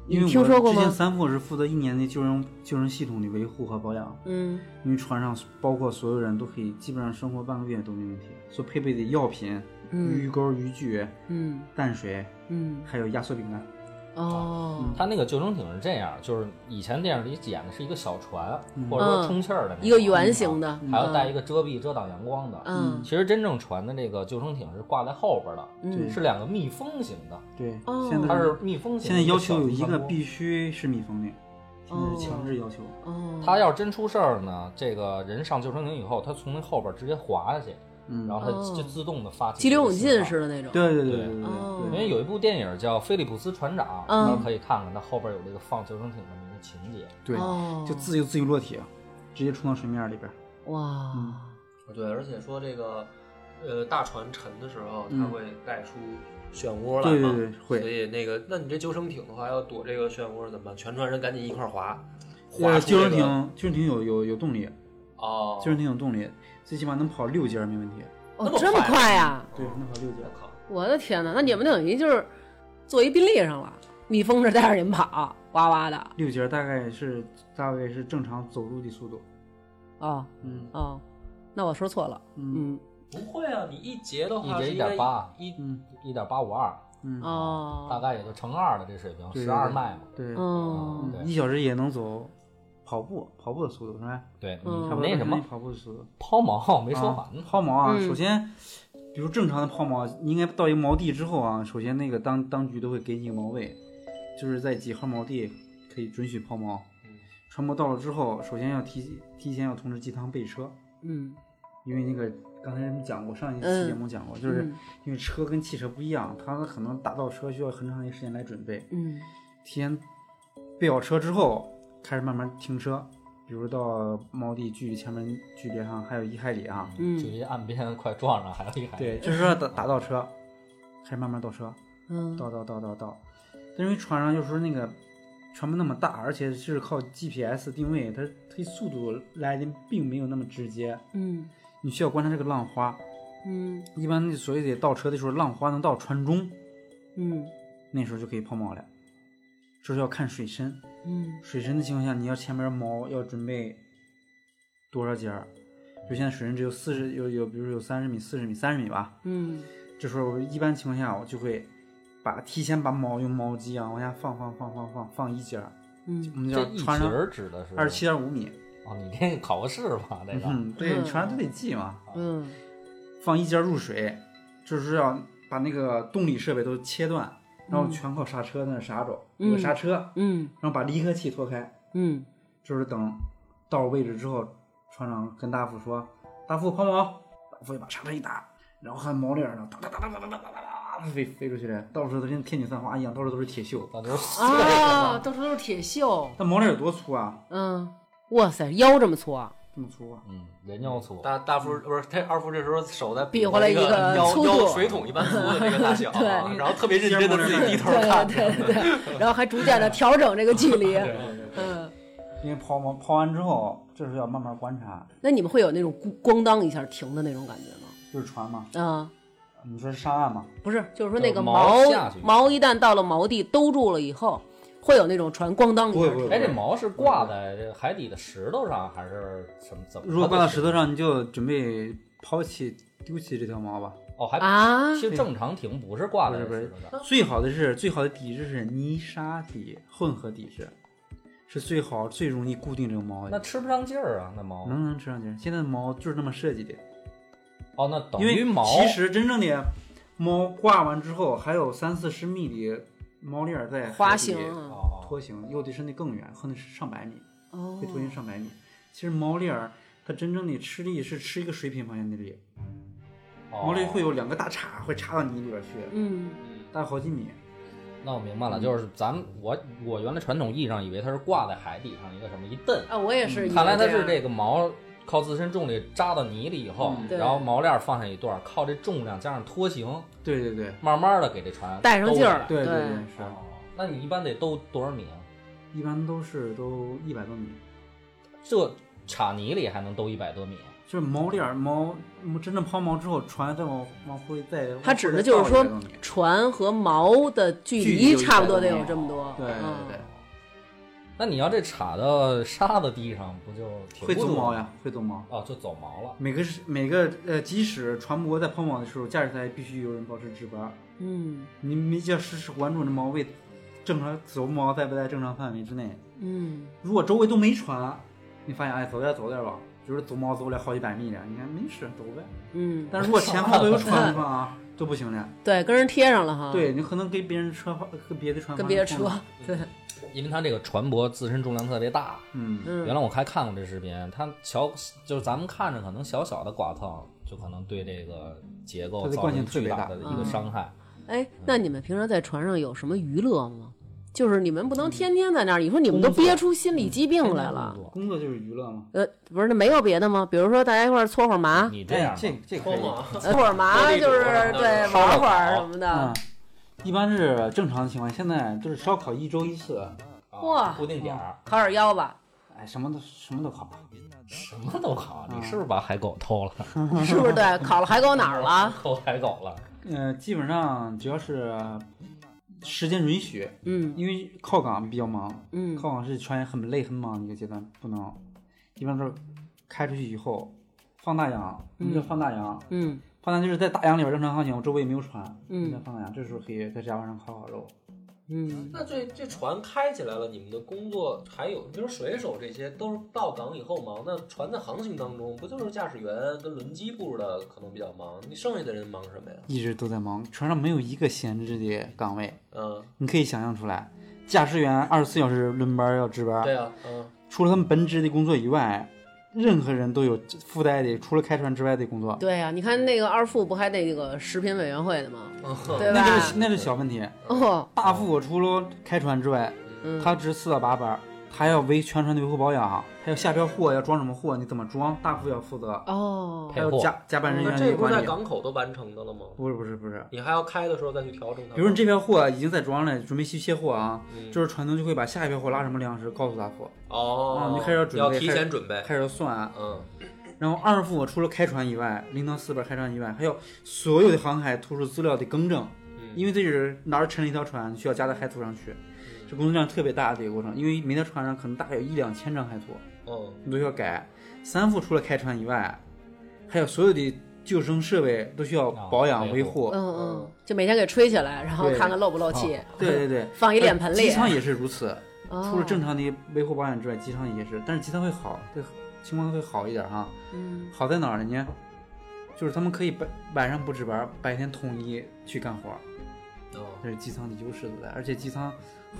你因为听说我过之吗前三副是负责一年的救生救生系统的维护和保养，嗯因为船上包括所有人都可以基本上生活半个月都没问题。所配备的药品、嗯鱼钩、渔具、嗯淡水，嗯，还有压缩饼干。哦，它那个救生艇是这样，就是以前电影里演的是一个小船，或者说充气儿的那种嗯一个圆形的，还要带一个遮蔽遮挡阳光的。嗯其实真正船的那个救生艇是挂在后边的，嗯是两个密封型的，对，哦现在它是密封型的现在一个要小求型有船舶。一个必须是密封的，现在是强制要求。哦，他要真出事儿呢，这个人上救生艇以后，他从那后边直接滑下去，嗯，然后哦他就自动的发起激流勇这个信进号似。的那种，对对对对对哦因对为有一部电影叫《菲利普斯船长》，嗯到时候可以看看，它后边有这个放救生艇的一个情节。对，哦，就自由自由落体，啊直接冲到水面里边。哇，对，而且说这个，呃，大船沉的时候，它嗯会带出漩涡来对嘛？对对，所会。以那个，那你这救生艇的话，要躲这个漩涡怎么办？全船人赶紧一块儿划，划呃，出救生这个艇，救生艇有有有动力，哦，救生艇有动力，最起码能跑六节儿没问题。哦那么这么快啊快呀！对，能跑六节我儿。靠，我的天哪，那你们等于就是坐一宾利上了，密封着带着你们跑，哇哇的，六节儿大概是大概是正常走路的速度。哦嗯哦，那我说错了，嗯嗯不会啊，你一节的话一节是应该1.8一嗯一点八五二，嗯，大哦概也就乘二的这水平，对十二迈嘛。对，哦嗯嗯对一小时也能走跑步跑步的速度是吧？对，嗯你差不多那什么跑步的速度。抛锚没说完呢。啊抛锚啊，嗯首先比如正常的抛锚，你应该到一个锚地之后啊，首先那个当当局都会给你一个锚位，就是在几号锚地可以准许抛锚。船舶到了之后，首先要提提前要通知机舱备车，嗯，因为那个刚才咱们讲过，上一期嗯节目讲过，就是嗯因为车跟汽车不一样，它可能打造车需要很长一时间来准备。嗯提前备好车之后，开始慢慢停车，比如到锚地距离前面距离上还有一海里啊，就嗯一岸边 快撞上，还有一海。对，就是说打打到车，开始慢慢倒车，嗯倒倒倒倒倒。但因为船上有时候那个船舶那么大，而且是靠 GPS 定位，它它速度来的并没有那么直接，嗯你需要观察这个浪花。嗯一般所以得倒车的时候，浪花能到船中，嗯那时候就可以抛锚了。这是要看水深，嗯水深的情况下，你要前面锚要准备多少节儿？比如现在水深只有四十，有有，比如有三十米、四十米、三十米吧。嗯这时候我一般情况下，我就会把提前把锚用锚机啊往下放放放放放放一节儿，我嗯，们这叫一节船上儿指的是二十七点五米。哦，你这考个试吧，这个、嗯，对，嗯船上都得记嘛，嗯放一节儿入水，就是要把那个动力设备都切断，然后嗯全靠刹车在那刹着，嗯有个刹车，然嗯后把离合器脱开，嗯就是等到位置之后，船长跟大副说：“大副抛锚。”大副就把刹车一打，然后还锚链儿呢，哒哒哒哒哒哒哒哒哒哒飞飞出去了，到处都跟天女散花一样，到处都是铁锈。到时候碎啊， 了。到处都是铁锈，但锚链有多粗啊？嗯，哇塞，腰这么粗 啊，这么粗啊？嗯，人要粗，大大夫不是他二副这时候手在比划划了一一个腰粗度，腰水桶一般粗的那个 大小啊对然后特别认真的自己低头对看着，对对对，然后还逐渐的调整这个距离，嗯。因为抛锚抛完之后，这时候要慢慢观察，那你们会有那种咕咣当一下停的那种感觉吗？就是船嘛，啊，你说是上岸嘛？不是，就是说那个就锚锚下去锚一旦到了锚地兜住了以后，会有那种船咣当一不会下不会停。哎，这锚是挂在这海底的石头上，还是什么？怎么？如果挂到石头，上，你就准备抛弃丢弃这条锚吧。哦，还啊其，实正常停，不是挂在不是不是石头上。最好的是最好的底质是泥沙底混合底质，是最好最容易固定这个锚的。那吃不上劲儿啊，那锚。能能吃上劲儿。现在的锚就是那么设计的，哦，那等因为于锚其实真正的锚挂完之后，还有三四十米的锚链儿在滑海底行啊，哦，拖行，有的甚至更远，可能是上百米，哦会拖行上百米。其实锚链儿它真正的吃力是吃一个水平方向的力，哦锚链会有两个大叉会插到泥里边去，嗯大概好几米。那我明白嗯了，就是咱们我我原来传统意义上以为它是挂在海底上一个什么一蹬，啊，我也是以为样，嗯看来它是这个锚靠自身重力扎到泥里以后，嗯对然后锚链放下一段，靠这重量加上拖行，对对对慢慢的给这船带上劲儿兜起对对对对，来。是，哦那你一般得兜多少米啊？一般都是都一百多米。这插泥里还能兜一百多米？啊就是锚链儿锚，嗯真正抛锚之后，船再往往回再，它指的就是说往回倒100多米船和锚的距距离离有差不多得一百有多米这么多。对嗯对对。那你要这插到沙子地上，不就挺会不走住锚呀，会走锚。哦，就走锚了。每个是每个呃，即使船舶在抛锚的时候，驾驶台必须有人保持值班。嗯你们要时时关注这锚位正常走锚在不在正常范围之内。嗯如果周围都没船，你发现哎走点走点吧，就是走锚走了好几百米了，你看没事走呗。嗯，但如果前方都有船的 话啊，就不行了。对，跟人贴上了哈。，对你可能跟别人车发跟别的嗯船跟别的发生车碰撞，对，因为它这个船舶自身重量特别大，嗯，嗯，原来我还看过这视频，它小就是咱们看着可能小小的剐蹭，就可能对这个结构它的造惯性成特巨别大大的一嗯个伤害。哎，那你们平常在船上有什么娱乐吗？就是你们不能天天在那儿，你说你们都憋出心理疾病来了。工作就是娱乐嘛。呃，不是，那没有别的吗？比如说大家一块儿搓会儿麻，你这哎样，吧，这这可以。呃搓会儿麻斗地主就是什么的对烧玩烤会儿什么的嗯。，一般是正常的情况，现在就是烧烤一周一次，啊哇固定点儿，烤点腰吧，哎，什么都什么都烤。什么都好。嗯你是不是把海狗偷了？是不是？对，烤了海狗哪儿了？偷海狗了。呃，基本上只要是时间允许，嗯因为靠岗比较忙，嗯靠岗是船员很累很忙的一个阶段，不能。一般都是开出去以后放大洋，我们叫放大洋，嗯放大就是在大洋里边正常航行，我周围也没有船，嗯在放大洋，这时候可以在甲板上烤烤肉，嗯，那这这船开起来了，你们的工作还有，比如水手这些都是到港以后忙。那船在航行当中，不就是驾驶员跟轮机部的可能比较忙？你剩下的人忙什么呀？一直都在忙，船上没有一个闲置的岗位。嗯，你可以想象出来，驾驶员二十四小时轮班要值班，对啊，嗯，除了他们本职的工作以外，任何人都有附带的除了开船之外的工作。对啊呀、你看那个二副不还得那个食品委员会的吗？对吧？那就是那是小问题。哦，大副除了开船之外，嗯他值四到八班，他要维全船的维护保养，还有下标货要装什么货，你怎么装，大副要负责，哦配还有货加加班人那员这的不是管在理。港口都完成的了吗？不是不是不是，你还要开的时候再去调整它吗。比如你这票货已经在装了，准备去卸货啊，嗯就是船头就会把下一票货拉什么粮食告诉大副，哦啊，你开始要准备提前准备。开始算。啊嗯，然后二副除了开船以外，零到四班开船以外，还有所有的航海图书资料的更正，嗯因为这是哪儿沉了一条船，需要加到海图上去，这工作量特别大的一个过程，因为每条船上可能大概有一两千张海图，嗯，你都需要改。三副除了开船以外，还有所有的救生设备都需要保啊养维哦维护护。嗯嗯，就每天给吹起来，然后对看看漏不漏气，对对 对，呃放一脸盆里机。舱也是如此，哦除了正常的维护保养之外，机舱也是，但是机舱会好，对情况会好一点哈。嗯好在哪儿呢？就是他们可以白晚上不值班，白天统一去干活，哦，这是机舱的优势所在。而且机舱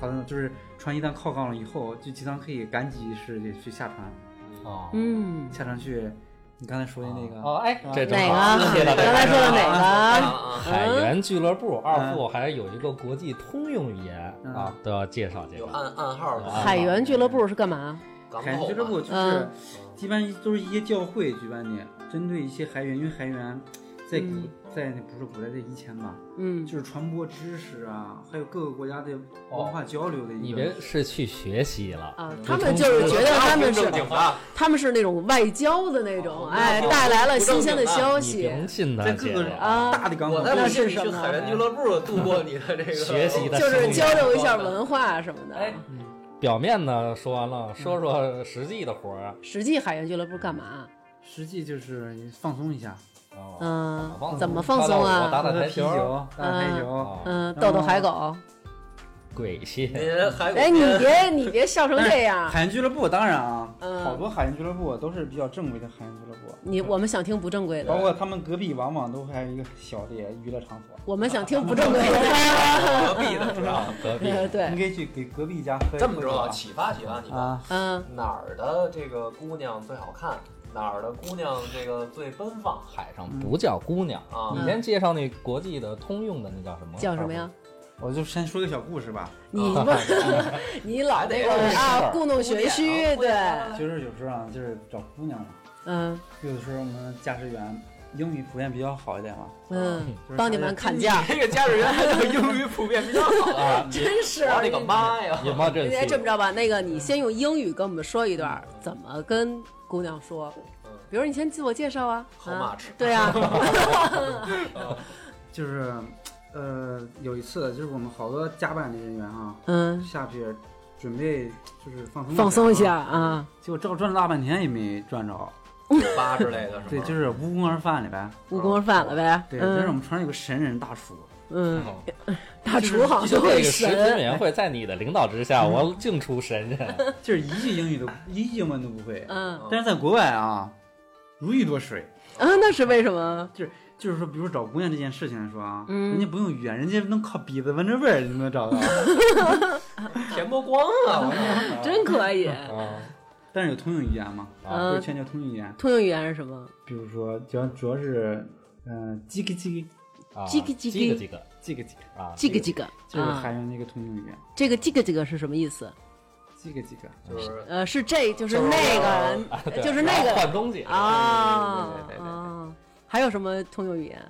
好像就是船一旦靠港了以后，就机舱可以赶集式的去下船，哦，嗯，下船去你刚才说的那个，啊哦，哎，这正哪好个？嗯贴到这刚才上说的了哪啊个？啊，海员俱乐部二嗯副还有一个国际通用语言啊，都要介绍介有绍。暗暗号的海员俱乐部是干嘛？港海口员俱乐嘛部就是、嗯一般都是一些教会举办的，针对一些海员，因为海员在古、嗯在那不是古代，在以前吧，嗯，就是传播知识啊，还有各个国家的文化交流的一个。你别是去学习了，啊，他们就是觉得他们正是经的，他们是那种外交的那种，哦哎，那带来了不正新鲜的经的消你息。甭信他在姐各个姐啊大的港口我都在有，那那是是去什么海员俱乐部度过你的这个学习的就是交流一下文化。化什么的哎。表面呢说完了，嗯说说实际的活儿。实际海员俱乐部干嘛？实际就是放松一下，哦，嗯放松，怎么放松打啊？打喝喝台啤球，酒，打打台球。啊，嗯，逗逗海狗。鬼戏嗯您还有哎，你别你别笑成这样。海员俱乐部当然啊，嗯好多海员俱乐部都是比较正规的海员俱乐部，你我们想听不正规包的，括他们隔壁往往都还有一个小的娱乐场所，我们想听不正规的。 何必呢？主要啊，隔壁呃你对，可以去给隔壁家喝。这么着啊，喝启发启发你酒们，啊，嗯，哪儿的这个姑娘最好看，哪儿的姑娘这个最奔放海上不叫姑娘。啊？你先介绍那国际的通用的那叫什么？嗯叫什么呀？？我就先说个小故事吧。你不， 你老那还得个让啊，人故弄玄虚，对，就是有时候啊，就是找姑娘嘛。嗯有的时候我们驾驶员英语普遍比较好一点嘛，嗯，就是帮你们砍价，这个驾驶员还叫英语普遍比较好啊！真是。啊我的个妈呀！有没有应这该气哎这么着吧，那个你先用英语跟我们说一段，怎么跟姑娘说嗯？比如你先自我介绍啊， How 啊 much？对啊，就是，呃，有一次就是我们好多加班的人员啊，嗯，下去准备就是放松放松一一下下啊，啊，结果转转了大半天也没转着，八之类的，是吗？对，就是无功而返了呗。误工而犯了呗，对，但是我嗯们船上有个神人大厨，嗯，大厨好像就都会这个食品委神，嗯员会在你的领导之下，我净出神 人。就是一句英语都一句英文都不会，嗯啊，但是在国外啊，如鱼得水。那是为什么？就是说，比如找姑娘这件事情来说啊，嗯人家不用语言，人家能靠鼻子闻着味儿就能找到。 田伯光啊！我真可以。 啊但是有通用语言嘛，嗯就是全球通用语言，通用语言是什么？比如说主要主要是，嗯、叽叽叽啊，叽叽叽叽个叽个叽叽叽，啊，这个这个就是啊韩语那个通用语言，这个这个这个是什么意思？叽个叽个。就是呃，是这就是那个，对就是那然后个换东西。啊对对对对对对啊。还有什么通用语言？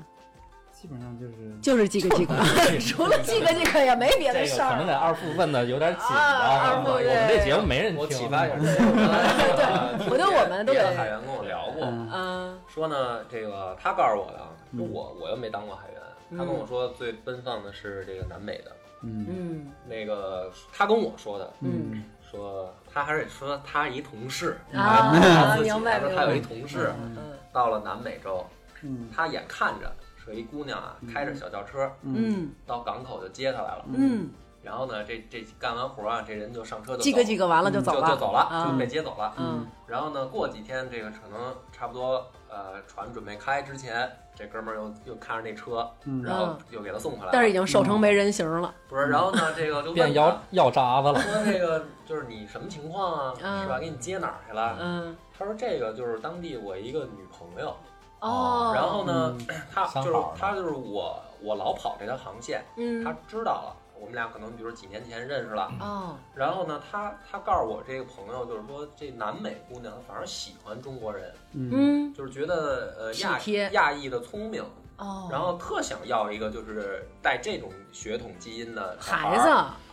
基本上就是 就是这个这个，除了这个这个也没别这的个事可儿能。得二副问的有点紧张啊二啊，副我对们这节目没人听。我启发一下，对 我觉得我们都别得的海员跟我聊过，嗯说呢，这个他告诉我的啊，说我我又没当过海员，嗯他跟我说最奔放的是这个南美的，嗯嗯那个他跟我说的，嗯说他还是说他一同事，啊，自己明白他说明他有一白。同事嗯到了南美洲，嗯他眼看着是一姑娘啊，开着小轿车嗯到港口就接他来了，嗯然后呢，这这干完活啊，这人就上车就记走个记个完了就就走就了，走了，就嗯被接走了。嗯然后呢，过几天这个可能差不多，呃，船准备开之前，这哥们儿又又看着那车，嗯然后又给他送回来了。但是已经嗯瘦成没人形了，不是，然后呢，这个就变问药 他药渣子了。说这个就是你什么情况啊，嗯是吧？给你接哪儿去了？嗯，他说这个就是当地我一个女朋友，哦，然后呢，嗯他相就是好了他就是我我老跑这条航线，他嗯，知道了，我们俩可能比如几年前认识了，哦，然后呢，他他告诉我这个朋友就是说这南美姑娘反而喜欢中国人，嗯嗯，就是觉得呃亚体贴亚裔的聪明，哦，然后特想要一个就是带这种血统基因的小孩儿子，，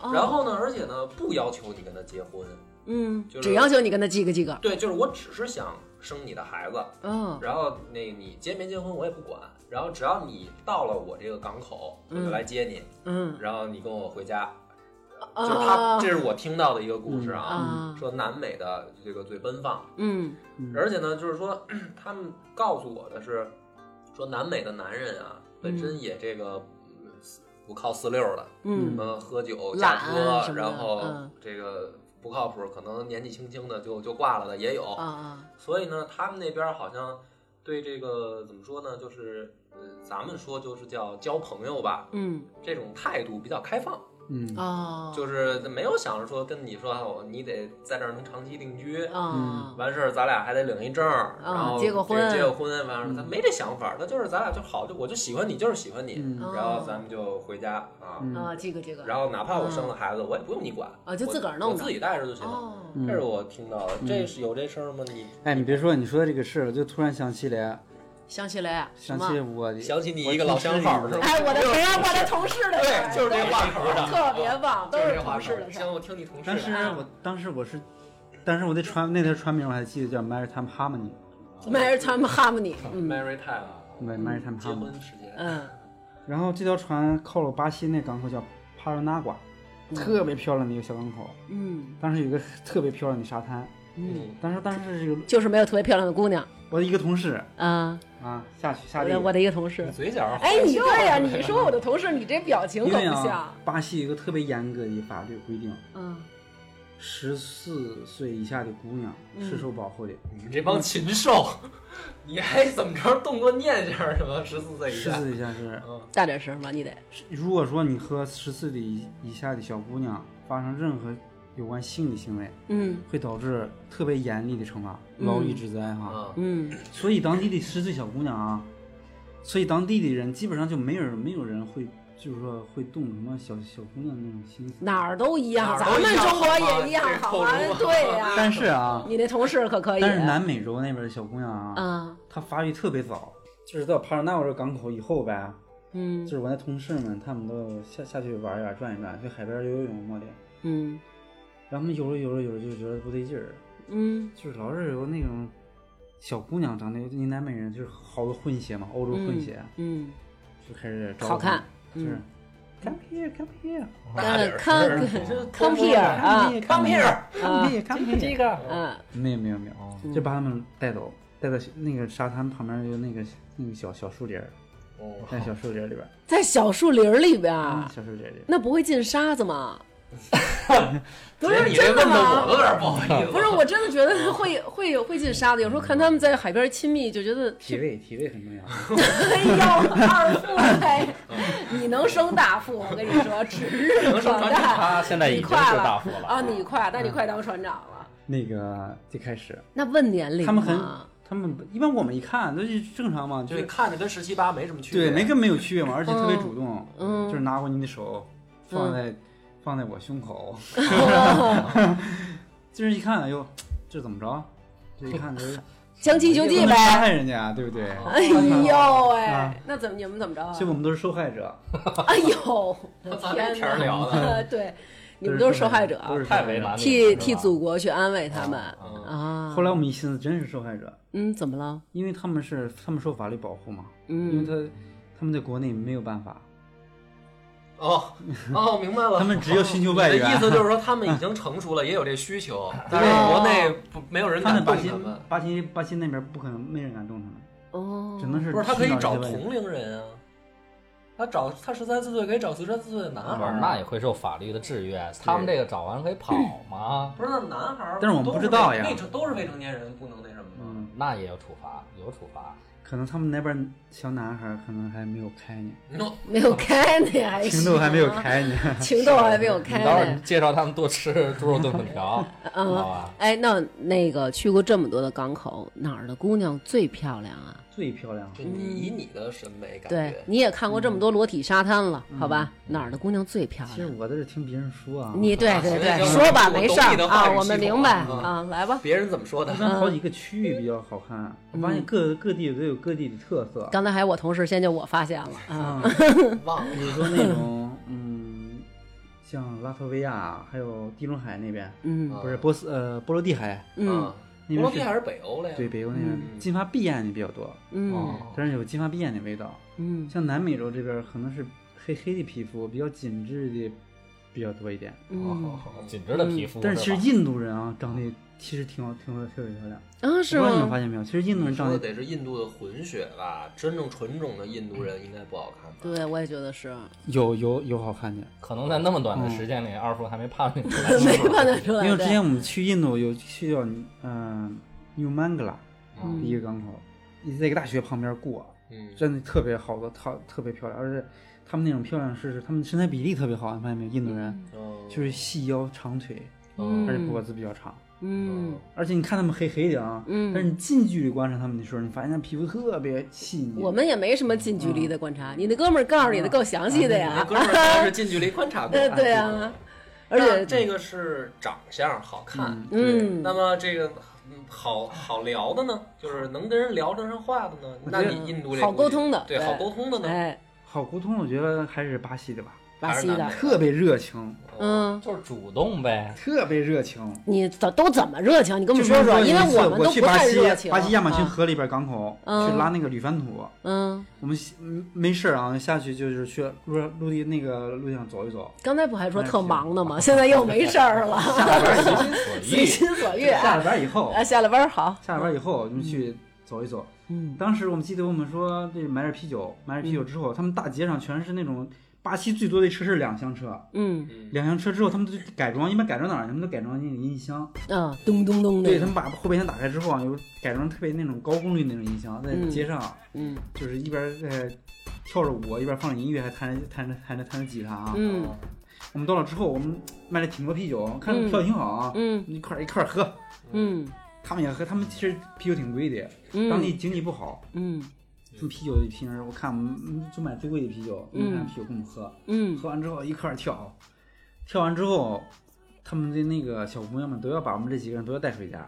哦然后呢，而且呢不要求你跟他结婚，嗯，就是只要求你跟他记个记个，对，就是我只是想生你的孩子，嗯，然后那你结没结婚我也不管，然后只要你到了我这个港口，我就嗯来接你，嗯，然后你跟我回家，啊就是他，这是我听到的一个故事啊，啊，说南美的这个最奔放，嗯，嗯而且呢，就是说 他们告诉我的是，说南美的男人啊，本身也这个嗯不靠四六的，什嗯，么喝酒、驾懒什车，么的然后嗯这个不靠谱，可能年纪轻轻的就就挂了的也有啊，啊，所以呢，他们那边好像对这个怎么说呢，就是呃，咱们说就是叫交朋友吧，嗯，这种态度比较开放，嗯哦，就是没有想着说跟你说我你得在这儿能长期定居，啊，完事儿咱俩还得领一证儿，然后结个婚嗯这结个婚，完了他没这想法，他就是咱俩就好，就我就喜欢你，就是喜欢你，嗯然后咱们就回家啊。嗯啊，记个记个，然后哪怕我生了孩子，我也不用你管啊就自个儿弄我着自己带着就行了。哦，嗯这是我听到的，这是有这事儿吗？你哎，你别说，你说这个事儿，我就突然想起来，想起来啊什想么起？我想起你一个老相好是吧？哎，我的同事，我的同事的事儿， 对就是这话啊头儿特别棒，都是同事的事儿。行，我听你同事当时的。我当时我是，当时我那船那条船名我还记得叫 Maritime Harmony， Maritime Harmony，嗯 Mary Time 啊对 Maritime 结 Harmony。婚时间，嗯，然后这条船靠了巴西那港口叫帕拉纳瓜，特别漂亮的一个小港口。嗯当时有一个特别漂亮的沙滩，嗯，当时当时有就是没有特别漂亮的姑娘我的一个同事啊，啊下去下我地的，我的一个同事你。嘴角哎，你对 呀，你说我的同事，你这表情因可为不啊像。巴西有一个特别严格的法律规定，嗯，十四岁以下的姑娘是受保护的，你这帮禽兽， 你还怎么着动过念想什么？十四岁以十下嗯四，岁以下是大点声吧，你得。如果说你和十四岁以以下的小姑娘发生任何有关性的行为，嗯会导致特别严厉的惩罚，嗯牢狱之灾哈。啊，嗯所以当地的十岁小姑娘啊，所以当地的人基本上就没有人没有人会就是说会动什么小小姑娘那种心思。哪儿都一样，哪咱儿都一们样中国也一样好好吗，吗这口？中对 呀，但是啊，你那同事可可以。但是南美洲那边的小姑娘啊，啊，她发育特别早，就是到帕尔纳沃这港口以后呗，就嗯是我那同事们他们都下下去玩一玩转一转，去海边游游泳么的。嗯然后他们游着游着游着就觉得不对劲儿，嗯就是老是有那种小姑娘长得，你南美人就是好多混血嘛，欧洲混血、嗯，就开始招呼好看，就是、嗯 come here come here 大点看声儿看呃康皮尔啊 come here Come here，啊 come here come here，这个嗯没有没有没有，哦就把他们带走，带到那个沙滩旁边有那个那个小小树林儿，哦在小树林儿里边儿，嗯在小树林里边儿啊，，小树林儿里边儿。那不会进沙子吗？不姐是你这真的问的我吗？都有点不好意思。不是，我真的觉得会会会进沙子。有时候看他们在海边亲密，就觉得体位，体位很重要。哎呦，二富哎，你能生大富，我跟你说，指日可待他现在已经是大富了啊！你快，那你快当船长了。那个最开始，那问年龄他们很吗，他们一般我们一看都是正常嘛，就就是是看着跟十七八没什么区别，对，没跟没有区别嘛，而且特别嗯主动，嗯就是拿过你的手，放在、放在我胸口，就是一看，哎呦，这怎么着？这一 看就是相亲相也弟不能伤呗。害人家，对不对？哎呦喂、啊那怎么你们怎么着啊所以？我们都是受害者，哎呦， 我咱天这天儿哪！聊的，对，你们都是受害者，啊都是受害太者啊为难。替你了替祖国去安慰他们嗯啊。后来我们一寻思，真是受害者，嗯，怎么了？因为他们是他们受法律保护嘛，因为嗯，他他们在国内没有办法，哦哦，明白了。他们只有寻求外你的援嗯意思就是说，他们已经成熟了，也有这需求，但哦是国内不没有人他敢们动巴西他们。巴西巴西那边不可能没人敢动他们，哦只能是不是，他可寻以找找一些外援同龄人啊。他找他十三四岁可以找随传自岁的男孩不儿是，啊，那也会受法律的制约。他们这个找完可以跑 吗？不是那男孩儿都未，但是我们不知道呀未成都是未成年人，不能那什么 吗？嗯，那也有处罚，有处罚。可能他们那边小男孩儿可能还没有开呢， no, 没有开呢，还情窦还没有行啊，开呢。 情窦还没有你开到时候呢你。介绍他们多吃猪肉炖粉条，好 嗯，吧？哎，那那个去过这么多的港口，哪儿的姑娘最漂亮啊？最漂亮，就你以你的审美感对觉，，你也看过这么多裸体沙滩了，好吧？哪儿的姑娘最漂其实亮？我都是听别人说啊，你对对所以对，就是说吧，我没懂事你儿的话啊，语我系们统明白嗯啊，来吧。别人怎么说的一？般好几个区域比较好嗯看。我发现各各地都有各地的特色，刚才还我同事，现在就我发现了啊，啊，忘比了。如说那种嗯，像拉脱维亚，还有地中海那边，嗯啊不是波斯呃波罗的海，嗯嗯啊，因波为罗是的还是北欧了呀？对，北欧那边金发碧眼的比较多，嗯哦但是有金发碧眼的味道。嗯像南美洲这边可能是黑黑的皮肤，比较紧致的比较多一点。哦嗯紧致的皮肤，但是是其实吧印度人啊，长得其实挺好，挺好，特别漂亮。啊，不知是道你们吗？发现没有？其实印度人说长的得得是印度的混血吧？真正纯种的印度人应该不好看吧？对，我也觉得是，有有有好看的，可能在那么短的时间里，二副还没判断出来。没判断出来。因为之对前我们去印度有去到嗯 New Mangla 嗯一个港口，在一个大学旁边过，嗯，真的特别好的，特特别漂亮，而且他们那种漂亮是他们身材比例特别好，你发现没有？印度人嗯就是细腰长腿，嗯而且脖子比较长，嗯而且你看他们黑黑的啊，嗯但是你近距离观察他们的时候，你发现他皮肤特别细腻。嗯嗯我们也没什么近距离的观察，你那哥们儿告诉你的够详细的那呀。哥们儿他是近距离观察过 对的。对啊，而且那这个是长相好看，嗯那么这个嗯好好聊的呢，就是能跟人聊得上话的呢，那你印度这好估计沟通的对，对好沟通的呢，哎，好沟通，我觉得还是巴西的吧，巴西还的是，特别热情，嗯。就是主动 呗，特别热情。你怎都怎么热情？你跟我就们是说说，有一因为次们我都去不巴太西热情。巴西亚马逊啊河里边港口嗯去拉那个铝帆土，嗯，我们嗯没事儿啊下去就是去路上陆地那个路上走一走，刚才不还哎说特忙呢吗？现在又没事儿 了，下了班以后，随 心所欲下啊！了班以后，啊，下了班儿好，下了班以后我们去走一走。嗯当时我们记得我们说这买点啤酒，买点啤酒之后，他们大街上全是那种巴西最多的车是两厢车，嗯两厢车之后他们就改装，一般改装哪儿？他们都改装那个音箱，嗯，咚咚咚对的他，们把后备箱打开之后啊，有改装特别那种高功率那种音箱，在嗯街上啊。嗯就是一边在跳着舞，一边放着音乐，还弹着弹着弹着弹着吉他啊。嗯我们到了之后，我们卖了挺多啤酒，看嗯票挺好啊，嗯一块儿一块儿喝。嗯他们也喝，他们其实啤酒挺贵的，嗯当地经济不好，嗯他们啤酒一瓶儿，我看我们嗯就买最贵的啤酒，嗯看啤酒跟我们喝，嗯喝完之后一块儿跳，跳完之后，他们的那个小姑娘们都要把我们这几个人都要带回家，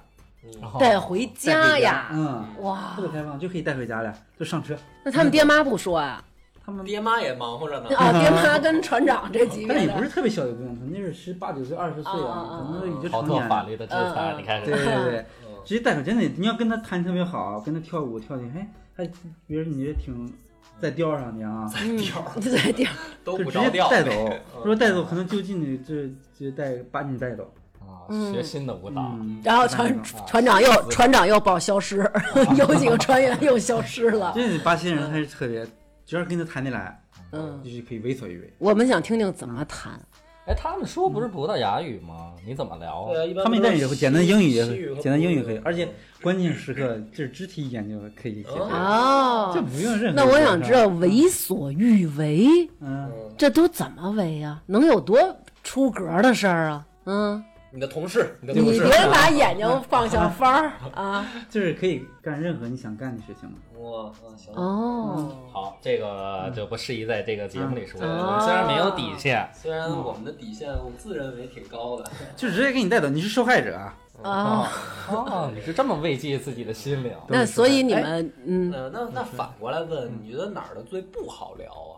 然嗯，后带回家呀！嗯，哇特，别开放，就可以带回家了，就上车。那他们爹妈不说呀？他们爹妈也忙活着呢，啊，爹妈跟船长这级但别也不的，是特别小的姑娘，可能就是十八九岁、二十岁啊啊，可能都已经逃成脱年了。法律的制嗯裁，嗯你开对始对对嗯，直接带手真的，你要跟他弹特别好，跟他跳舞跳的，哎，还觉得你这挺在调上的啊，嗯调儿，对调儿，都就不直着接调带呗走。嗯说带走可能就近的就就带把你带走，啊，嗯学新的舞蹈，啊嗯，然后船船长又船长又报消 失，有几个船员又消失了。这巴西人还是特别，只要跟他谈得来，嗯，就是可以为所欲为。我们想听听怎么谈。哎，他们说不是葡萄牙语吗？你怎么聊啊？对呃啊，一般他们一都是旦也会简单英语也西语会和，简单英语葡可萄以牙，而且关键时刻就是肢体语言就可以解决，这哦，不用 任何。嗯那我想知道，为所欲为，嗯，嗯，这都怎么为呀、能有多出格的事儿啊？嗯，你的同事，你的你同啊别事，啊把眼睛放小芳儿啊！ 就是可以干任何你想干的事情嘛。哇，啊行，哦，好，这个就不适宜在这个节目里说，嗯我们虽然没有底线，虽然我们的底线我自认为挺高的，就直接给你带走，你是受害者啊！啊，哦，你是这么慰藉自己的心灵。那所以哎你们，嗯呃那那那反过来问，你觉得哪儿的最不好聊啊？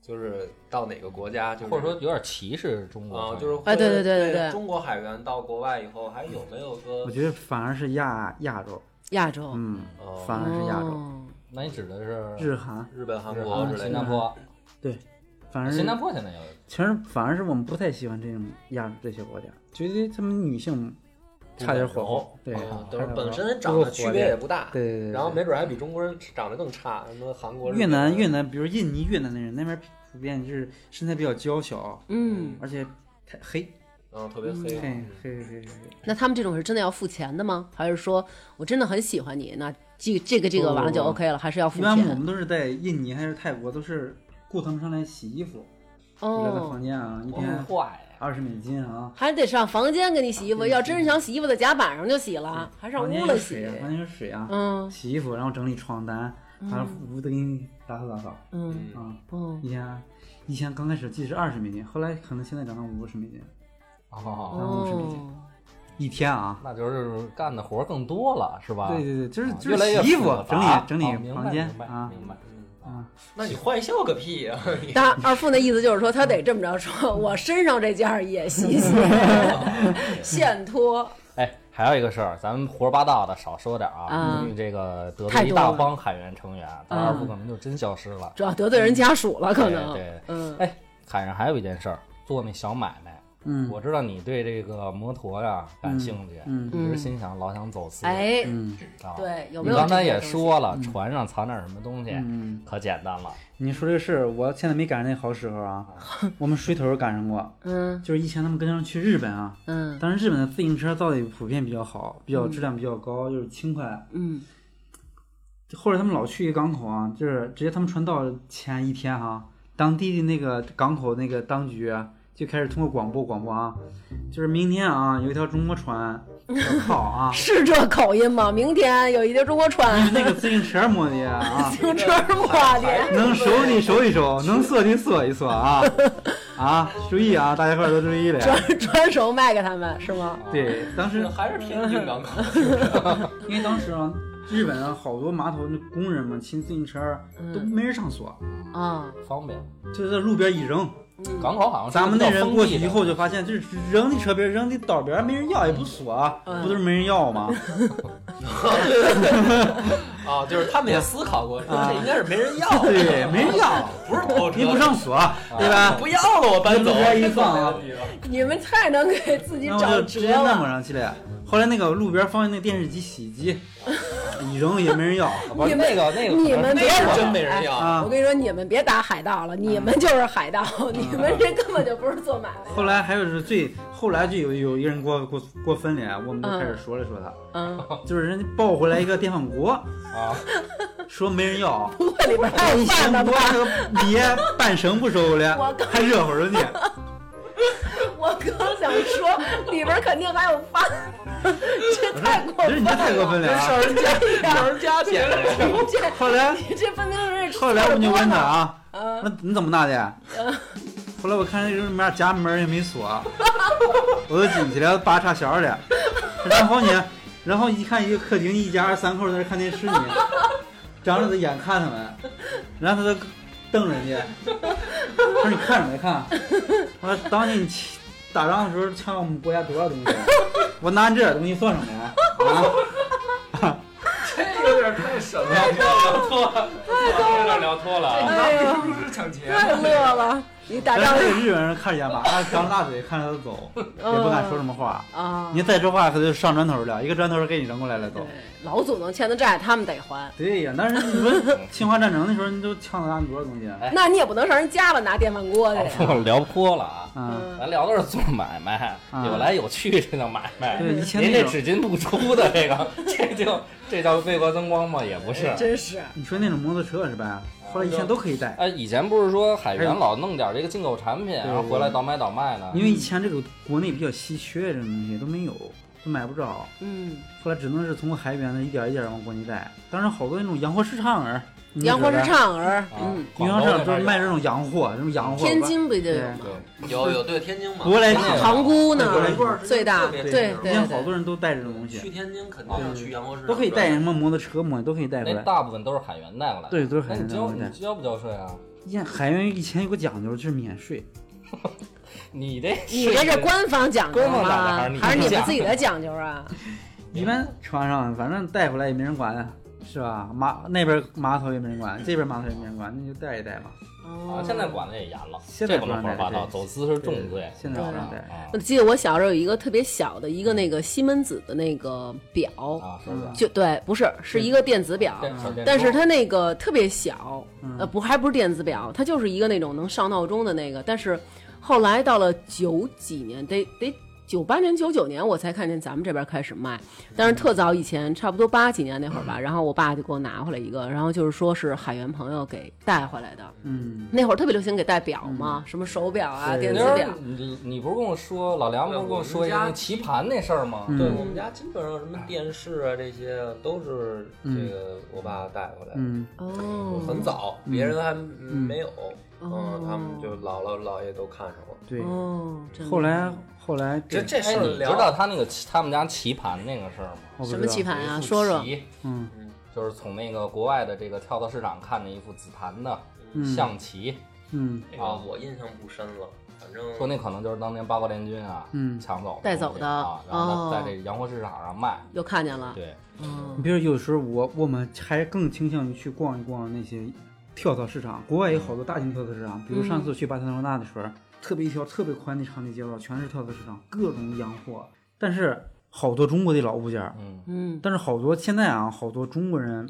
就是到哪个国家，就是或者说有点歧视中国啊，朋就是友，会哎对对对对对中国海员到国外以后，还有没有说我觉得反而是亚亚洲，亚洲，嗯，哦反而是亚洲，哦那你指的是日韩，日本、韩日国啊本之新类加的？坡，反啊而新是加坡现在有全是反而是我们不太喜欢这种亚这些国家，觉得他们女性差点火候候，对啊，差都是点本火身候长都得是区火别烈也不大，对对对，然后对没准还比中国人长得更差，什么韩国人、越南越南，比如印尼越南的人那边普遍就是身材比较娇小，嗯，而且太黑，啊，特别黑，黑黑嗯黑黑黑。那他们这种是真的要付钱的吗？还是说我真的很喜欢你，那这这个这个不完了就不不 OK 了，还是要付一般我钱？们都是在印尼还是泰国，都是雇他们上来洗衣服，留在哦，房间啊，一我很天坏呀，二十美金啊，还得上房间给你洗衣服。对要真是想洗衣服，在甲板上就洗了，还上房间屋有了洗水。啊，房间有水啊，嗯洗衣服，然后整理床单，把屋都给你打扫打扫嗯嗯啊。嗯，以前以前刚开始记得是二十美金，后来可能现在涨到五十美金哦，然后是不是哦，一天啊。 那就是干的活儿更多了，是吧？对对对，就是啊就是越来越洗衣复服杂，整理啊整啊理明白房间明白啊明白。啊，那你坏笑个屁呀、你但二副那意思就是说，他得这么着说，我身上这件儿也洗 洗，现脱。哎，还有一个事儿，咱们胡说八道的少说点儿啊，嗯因为这个得太罪多一大帮海员成员，咱嗯二部可能就真消失了。主要得罪人家属了，可能。对对嗯，哎，海上还有一件事儿，做那小买卖。嗯我知道你对这个摩托呀、感兴趣，嗯一直心想老想走私。哎，嗯啊，对，有你没有？刚才也，说嗯了，船上藏点什么东西，嗯，可简单了。你说这个事儿，我现在没赶上那好时候啊。我们水头赶上过，嗯就是以前他们跟上去日本啊，嗯当时日本的自行车造的普遍比较好，比较质量比较高，就是轻快。嗯，后来他们老去一个港口啊，就是直接他们船到前一天哈、当地的那个港口那个当局啊就开始通过广播广播啊，就是明天啊有一条中国船要靠啊 是这口音吗？明天有一条中国船，那个自行车没的啊，停车我的，能收的收一收，能锁的锁一锁啊啊，注意啊，大家伙儿都注意了。转转手卖给他们是吗？对，当时还是天津港口，因为当时啊，日本啊好多码头那工人嘛骑自行车儿都嗯没人上锁，啊，方便，就是在路边一扔。嗯嗯港口好像是咱们那比较人封过闭去的以后就发现，就是扔的车边，扔的道边，没人要也不锁啊，嗯不都是没人 要吗？ 啊，就是他们也思考过，说啊这应该是没人要，对，没人要，不是偷车，你不上锁，啊啊对吧？不要了，我搬走，路边一放啊这个嗯你们太能给自己然找后就直辙接弄了，上去了。后来那个路边放那个电视机、洗衣 机，一扔也没人要。不是你们那个那个可能你们是别 那惹是真没人 要。啊嗯我跟你说，你们别打海盗了，你们就是海盗，你们这根本就不是做买卖。后来还有就是最后来就有有一个人给我给我给我分脸，我们就开始说了说他，嗯，就是人家抱回来一个电饭锅，啊，说没人要，不会里边还抱有一饭掀的锅吧？那个米半绳 不收我了刚，还热乎 着呢。我刚想说里边肯定还有 饭，这太过不是分你 这太过了。分了啊！人家，上人家捡来的，你这后来你这分明是吃后来我们就问他了啊，多呢，嗯那你怎么拿的？后来我看这人面家门也没锁，我就进去了，扒插销了。然后呢，然后一看一个客厅，一家三口在那看电视呢，张着的眼看他们，然后他都瞪人家，他说你看什么呀看？我说当年你起打仗的时候抢我们国家多少东西？我拿你这点东西算什么呀？啊！ 这有点太神了，聊脱了，有点聊脱了啊。哎呦，是不是抢劫？太乐了，你打仗但是那个日本人看着眼巴，他张大嘴看着他走，也不敢说什么话。嗯啊你。再说话可就上砖头了，一个砖头给你扔过来了都对。，老祖宗欠的债他们得还，对呀，但是你说 侵华战争的时候，你都抢了俺多少东西啊？哎那你也不能上人家了拿电饭锅去呀。聊脱了啊。嗯，嗯咱聊的是做买卖，啊有来有去这叫买卖。对，以前您那这种只进不出的这个， 这就这叫为国争光吗？也不是。真是，你说那种摩托车是吧？后来以前都可以带，哎，以前不是说海还员有老弄点这个进口产品，然后回来倒卖倒卖呢？因为以前这个国内比较稀缺，这种东西都没有，都买不着。嗯，后来只能是从海边那一点一点往国内带。当时好多那种洋货市场儿，你洋货市知道吧，场儿，啊嗯，，洋货市场就是卖这这种洋货，这种洋货。天津不就有吗？对， 有有，对天津嘛，舶啊来品天津塘沽呢对国内最大，对对对对现在对，好多人都带这种东去西，嗯天津肯定是去洋货市场，都可以带嗯什么摩托车嘛，都可以带回那来。大部分都是海员带过来的。对，都是那你海南交带你交不交税啊？以前海运以前有个讲究，就是免税。你这你这是官方讲究官方吗讲究还是？你还是你讲们究自己的讲究啊？一般船上反正带回来也没人管，是吧？码那边码头也没人管，这边码头也没人管，那就带一带吧。啊，现在管的也严了，现在这不能胡说八道，管得对走私是重罪，现在你知道管吧得对啊哦我记得我小时候有一个特别小的一个那个西门子的那个表，啊，是不是？就对，不是是一个电子表，这手电但是筒它那个特别小，呃，嗯，不还不是电子表，它就是一个那种能上闹钟的那个。但是后来到了九几年，得得九八年、九九年我才看见咱们这边开始卖，但是特早以前，差不多八几年那会儿吧，然后我爸就给我拿回来一个，然后就是说是海员朋友给带回来的。嗯，那会儿特别流行给带表嘛，什么手表啊、对电子那时表候。你你不是跟我说老梁不是跟我说一对我个们家棋盘那事儿吗？嗯对我们家基本上什么电视啊这些都是这个我爸带回来的，嗯，哦，很早，别人还没有，哦嗯，他们就姥姥姥爷都看上了。对。哦，真的后来后来这这哎，事儿你知聊道他那个棋他们家棋盘那个事儿吗？我不什知么道棋盘有啊？一副说说，棋嗯就是从那个国外的这个跳蚤市场看着一副紫盘的嗯象棋，嗯这个啊我印象不深了，反正说那可能就是当年八国联军啊，嗯抢走带走东西的啊，然后哦在在这洋货市场上卖。又看见了。对，嗯你比如有时候我我们还更倾向于去逛一逛那些跳蚤市场，国外有好多大型跳蚤市场，比如嗯上次去巴塞罗那的时候，特别一条特别宽的长的街道全是跳蚤市场，各种洋货，但是好多中国的老物件儿，嗯，嗯，但是好多现在啊，好多中国人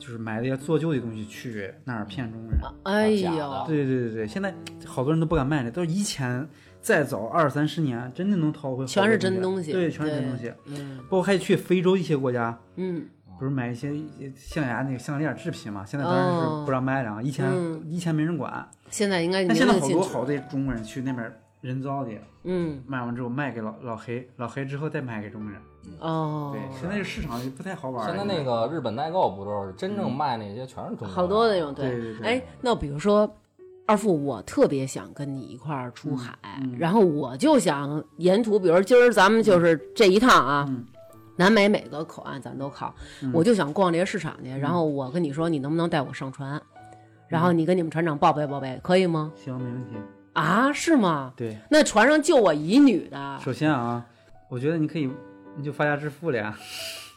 就是买了一些做旧的东西去那儿骗中国人。哎假呦的，对对对对，现在好多人都不敢卖了，都是以前再早二三十年，真的能淘回好多全是真东西对，全是真对东西。嗯包括还去非洲一些国家，嗯，不是买一些象牙那个项链制品嘛？现在当然哦是不让卖了啊，以前、嗯以前没人管，现在应该但现在明令好禁多止好多中国人去那边人造的，嗯卖完之后卖给老老黑，老黑之后再卖给中国人。哦对，，现在这市场就不太好玩了。现在那个日本代购不都是真正卖那些全是中国嗯人好多那种对对对哎，那比如说。二副，我特别想跟你一块儿出海，嗯然后我就想沿途，比如今儿咱们就是这一趟啊，嗯南美每个口岸咱都靠，嗯我就想逛这些市场去。然后我跟你说，你能不能带我上嗯船？然后你跟你们船长报备报备，可以吗？行，没问题。啊，是吗？对，那船上就我一女的，首先啊，我觉得你可以，你就发家致富了呀。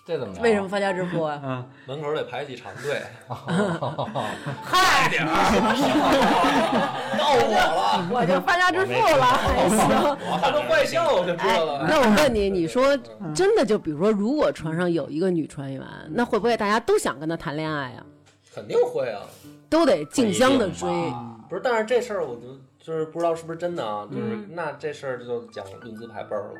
这怎么聊为什么？发家致富啊？啊，门口得排起长队， 嗨，点到我了，我就发家致富了，还行。他都坏笑我就知哎道，了。那我问你，你说真的，就比如说，如果船上有一个女船员，那会不会大家都想跟她谈恋爱啊？肯定会啊，都得竞相的追不一定吧不是，但是这事儿我就就是不知道是不是真的啊，就是那这事儿就讲论资排辈儿啊了，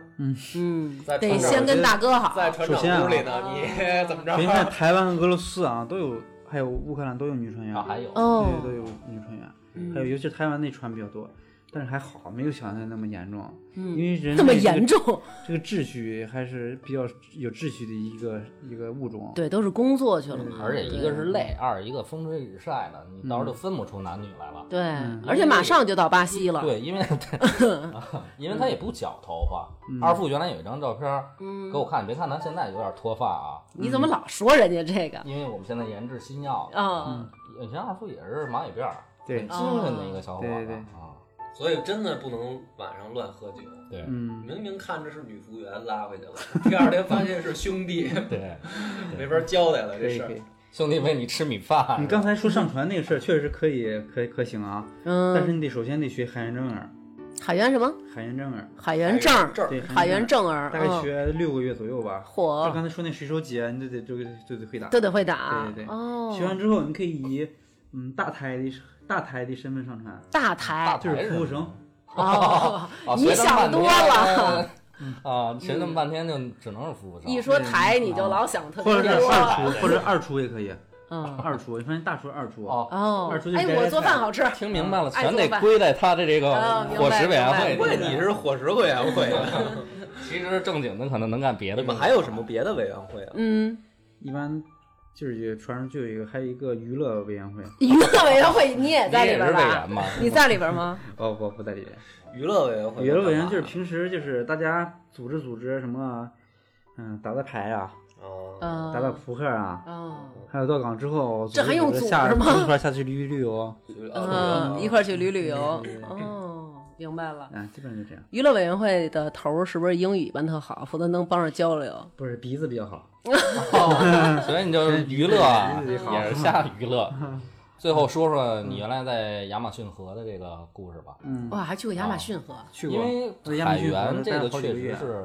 嗯，在得船上先跟大哥好。在船长首先啊屋里呢，你怎么着？别看台湾、俄罗斯啊，都有，还有乌克兰都有女船员，啊，还有哦，嗯对，都有女船员，还有尤其是台湾那船比较多，但是还好没有想象那么严重，因为人嗯那么类这个严，重？这个秩序还是比较有秩序的一个一个物种。啊对，都是工作去了嘛。而且一个是累，二一个风吹日晒的，你到时候嗯就分不出男女来了。对，而且马上就到巴西了。对，因为因为他 也不绞头发。嗯二副原来有一张照片儿嗯给我看，别看他现在有点脱发啊，你怎么老说人家这个因为我们现在研制新药。啊？以前二副也是蚂蚁辫儿，对很嗯精神的一个小伙对子对对啊。所以真的不能晚上乱喝酒。对嗯，明明看着是女服务员拉回去了，第二天发现是兄弟，对，没法交代了可这以事可儿。以。兄弟喂你吃米饭。你刚才说上船那个事儿，确实可以，可可行啊。但是嗯，你得首先得学海员正儿，海员什么？海员正儿，海员证儿，这儿对，海员正儿，大概嗯学六个月左右吧。就嚯，刚才说那水手姐，你都得就就得会打。都得会打。对对对哦，学完之后，你可以以嗯大台的大台的身份上船，大大台牌就人是服务生。哦， 啊你想多。学这么半了。天 嗯啊，学那么半天就只能是服务生。一说台，你就老想特或别者是多。二厨，或者是二厨也可以， 嗯，二厨，你发现大厨是二厨，哦，哦二出去哎，摘我摘做菜饭好吃。听明白了，哎全怎么得办归在他的这哦个明白伙食委员明白会问里。哎你是伙食委员会啊的，其实正经的可能能干别的。 你们还有什么？别的委员会啊？嗯，一般就是有船上就有一个，还有一个娱乐委员会，娱乐委员会你也你在里也边是儿委吧员？ 吗？你在里边儿吗？哦不不在里面，娱乐委员会，娱乐委员就是平时就是大家组织组织什么，嗯，打打牌啊，哦，嗯，打打扑克啊，哦，还有到港之后，这还用组织组下织吗哦啊嗯一块儿下去旅旅游，就是嗯，一块儿去旅旅游。哦，明白了。啊，基本上就这样。娱乐委员会的头儿是不是英语一般特好，否则能帮着交流？不是鼻子比较好， 哦所以你就是娱乐啊，对也是瞎娱 乐。最后说说你原来在亚马逊河的这个故事吧，嗯，哇，还去过亚马逊河，啊去因过，为在亚马海逊河员那这待了个好确几个实月是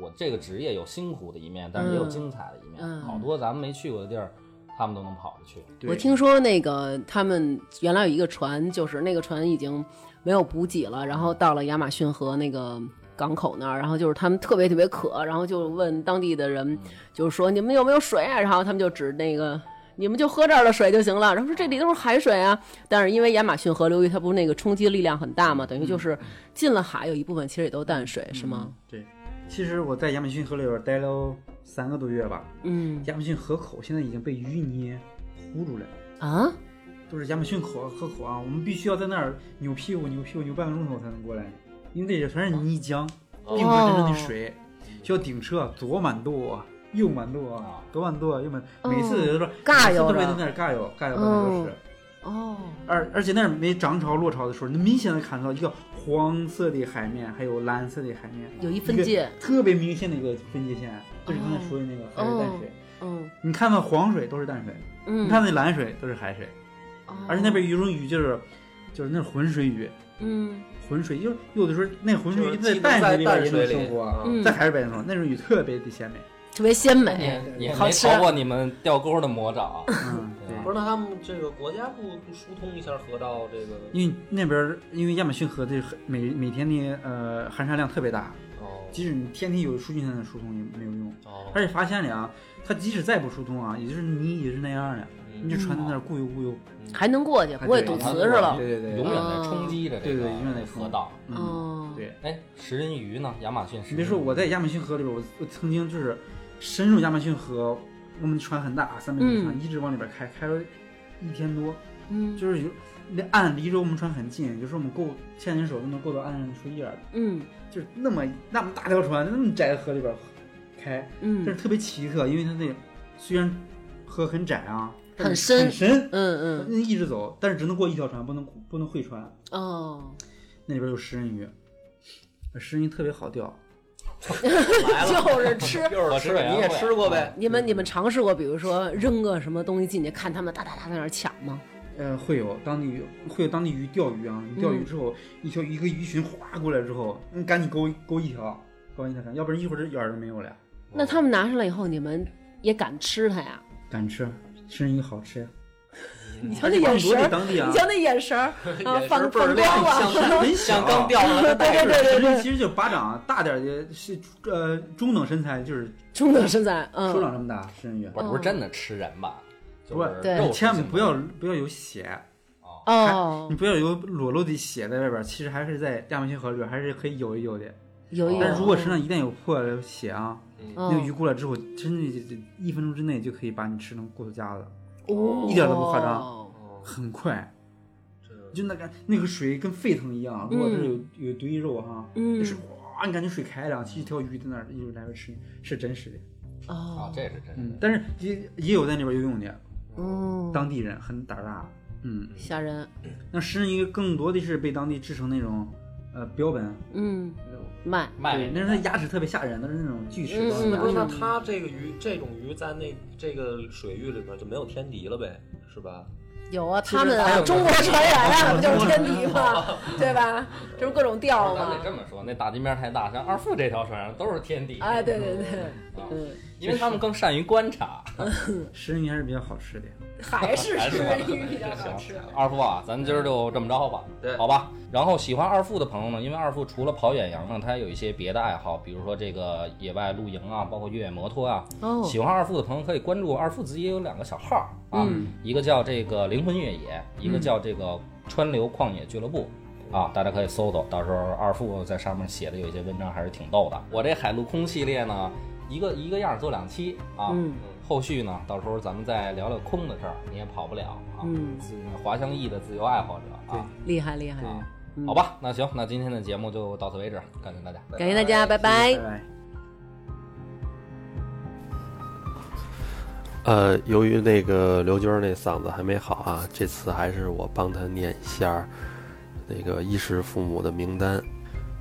我这个职业有辛苦的一面，但是也有精彩的一面，嗯好多咱们没去过的地儿，他们都能跑着去。对我听说那个他们原来有一个船，就是那个船已经没有补给了，然后到了亚马逊河那个港口那儿，然后就是他们特别特别渴，然后就问当地的人，就是说你们有没有水啊？然后他们就指那个。 你们就喝这儿的水就行了。然后说这里都是海水啊，但是因为亚马逊河流域它不是那个冲击力量很大嘛，等于就是进了海有一部分其实也都淡水，是吗？嗯对，其实我在亚马逊河里边待了三个多月吧。嗯亚马逊河口现在已经被淤泥糊住了，啊，都是亚马逊口河口啊，我们必须要在那儿扭屁股、扭屁股、扭半个钟头才能过来，因为那全是泥浆，并不是真哦正的水，需要顶车，左满舵啊，右满舵啊，左满舵啊，右满，哦每次有的时候尬每次游都会着在那儿尬游，尬游半个小时。哦，而而且那儿没涨潮落潮的时候，能明显的看到一个黄色的海面，还有蓝色的海面，有一分界，哦特别明显的一个分界线，就是刚才说的那个海水淡水。嗯你看到黄水都是淡水，嗯，你看那蓝水都是海水，哦，而且那边有一种鱼就是，就是那浑水鱼，嗯浑水就是有的时候那浑水鱼就是在既能淡水在里淡边也水能里生活，嗯，啊在海水里边也能生活，那种鱼特别的鲜美。特别鲜哎你美。也好没吃逃过你们钓钩的魔爪，嗯，对。不是，那他们这个国家不不疏通一下河道这个？因为那边儿，因为亚马逊河的每每天的呃含沙量特别大，哦即使你天天有疏浚才能疏通也没有用。哦，而且发现了啊，它即使再不疏通啊，也就是泥也是那样的，你嗯就船在那儿固游固游。还能过去，还不会对堵还能瓷过实去了。对对嗯永远在冲击着这对个对永远在冲河道。嗯，哦，对。哎，食人鱼呢？亚马逊食你人鱼。别说我在亚马逊河里边，我我曾经就是深入亚马逊河，我们船很大，啊三百米长，一直往里边开，开了一天多，嗯就是有那岸离着我们船很近，有时候我们够牵着手都能够到岸上的树叶儿，嗯就是那么那么大条船，那么窄的河里边开，但是嗯特别奇特，因为它那虽然河很窄啊，但很是很深，嗯嗯，一直走，但是只能过一条船，不能不能会船。哦，那里边有食人鱼，食人鱼特别好钓，来了， 就是吃。 又是吃，你也吃过呗？你们你们尝试过，比如说扔个什么东西进去，看他们哒哒哒在那儿抢吗？呃，会有当地鱼，会有当地鱼钓鱼啊。你钓鱼之后，一条一个鱼群哗过来之后，你赶紧勾一勾一条，勾一条竿，要不然一会儿这眼儿都没有了。那他们拿上来以后，你们也敢吃它呀？敢吃，食人鱼好吃呀。你瞧那眼神在儿，当地啊你，瞧那眼神儿， 啊眼，放神倍儿放光亮， 了。像很像小刚钓上嗯来的对带着。对对食人对鱼对，其实就巴掌啊大点儿的，是呃中等身材，就是中等身材，手掌嗯，这么大，食人鱼。我不是真的吃人吧？不就是对肉食你千万性的不要不要有血，哦哦你，不要有裸露的血在外边儿，其实还是在亚马逊河里边儿还是可以游一游的。有一但有是如果身上一旦有破了血啊，嗯那个鱼过来之后，真的一分钟之内就可以把你吃成骨头架子，哦一点都不夸张哦，很快。这就那个那个水跟沸腾一样，如果是有有堆肉哈，嗯就是哗，你感觉水开了，其实一条鱼在那儿一直来回吃，是真实的。啊哦，，这是真嗯的，。但是也也有在那边游泳的，嗯，当地人很胆儿大。嗯，吓人，那食人鱼更多的是被当地制成那种呃标本，嗯，卖，卖对，那时候它牙齿特别吓人，都是那种锯齿嗯的嗯牙不是，齿。那它这个鱼，这种鱼在那这个水域里面就没有天敌了呗，是吧？有啊，其实他们他啊，们中国传人啊，不就是天敌吗？对吧？这不各种调咱啊吗？得这么说，那大金边太大，像二副这条船上都是天敌。哎，对对对，啊 嗯，因为他们更善于观察。食人鱼还是比较好吃的。还是还吃是鱼比较好吃行。，二副啊，咱今儿就这么着吧，对好吧。然后喜欢二副的朋友呢，因为二副除了跑远洋呢，他有一些别的爱好，比如说这个野外露营啊，包括越野摩托啊。哦喜欢二副的朋友可以关注二副，自己也有两个小号啊，嗯一个叫这个灵魂越野，一个叫这个川流旷野俱乐部。啊，大家可以搜搜，到时候二副在上面写的有一些文章还是挺逗的。我这海陆空系列呢，一个一个样儿做两期啊，嗯后续呢，到时候咱们再聊聊空的事儿，你也跑不了啊，嗯自滑翔翼的自由爱好者啊，厉害厉害，嗯好吧，那行，那今天的节目就到此为止，感谢大家。感谢大家，拜拜拜。拜。呃，由于那个刘军儿那嗓子还没好啊，这次还是我帮他念一下儿那个衣食父母的名单：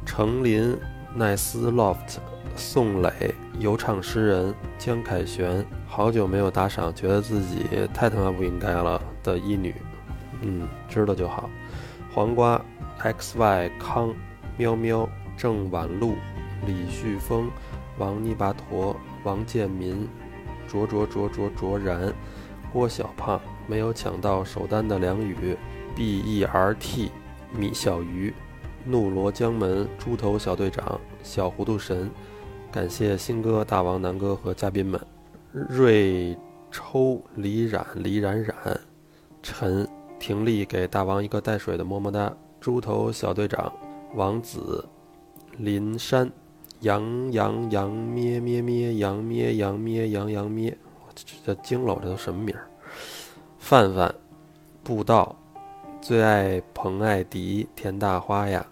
程琳、奈斯 Loft、宋磊、游唱诗人江凯旋。好久没有打赏，觉得自己太他妈不应该了的一女，嗯，知道就好。黄瓜、XY 康、喵喵、郑婉露、李旭峰、王泥巴陀、王建民、卓卓卓卓卓然、郭小胖没有抢到首单的梁宇、B E R T、米小鱼、怒罗江门、猪头小队长、小糊涂神，感谢新哥、大王、南哥和嘉宾们，瑞抽、李冉、李冉冉、陈、婷丽给大王一个带水的么么哒，猪头小队长、王子、林山、羊羊羊咩咩咩羊咩羊咩羊羊咩，我这这这惊了，我这都什么名儿？范范、步道、最爱彭艾迪、田大花呀、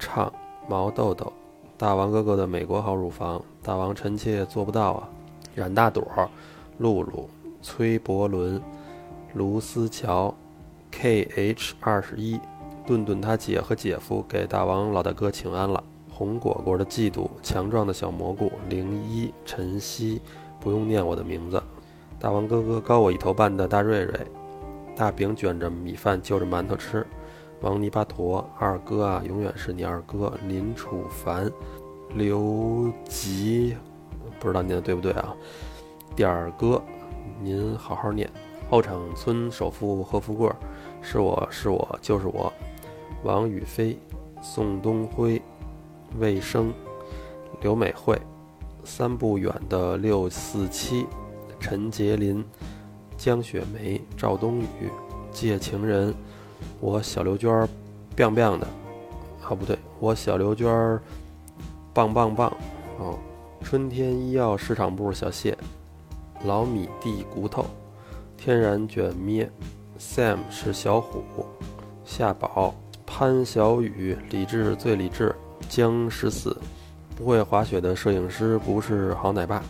唱毛豆豆、大王哥哥的美国好乳房、大王臣妾做不到啊、冉大朵、露露、崔伯伦、卢思乔、K H 二十一，顿顿他姐和姐夫给大王老大哥请安了。红果果的嫉妒，强壮的小蘑菇零一晨曦，不用念我的名字。大王哥哥高我一头半的大瑞瑞，大饼卷着米饭就着馒头吃。王泥巴坨二哥啊，永远是你二哥。林楚凡，刘吉，不知道念的对不对啊？点儿哥，您好好念。后场村首富何富贵，是我是我就是我。王宇飞，宋东辉，魏生，刘美惠，三不远的六四七，陈杰林，江雪梅，赵冬雨，借情人，我小刘娟儿，biang biang 的，啊不对，我小刘娟儿，棒棒棒，哦，春天医药市场部小谢，老米地骨头，天然卷咩，Sam 是小虎，夏宝，潘小雨，理智最理智，江十四，不会滑雪的摄影师不是好奶爸，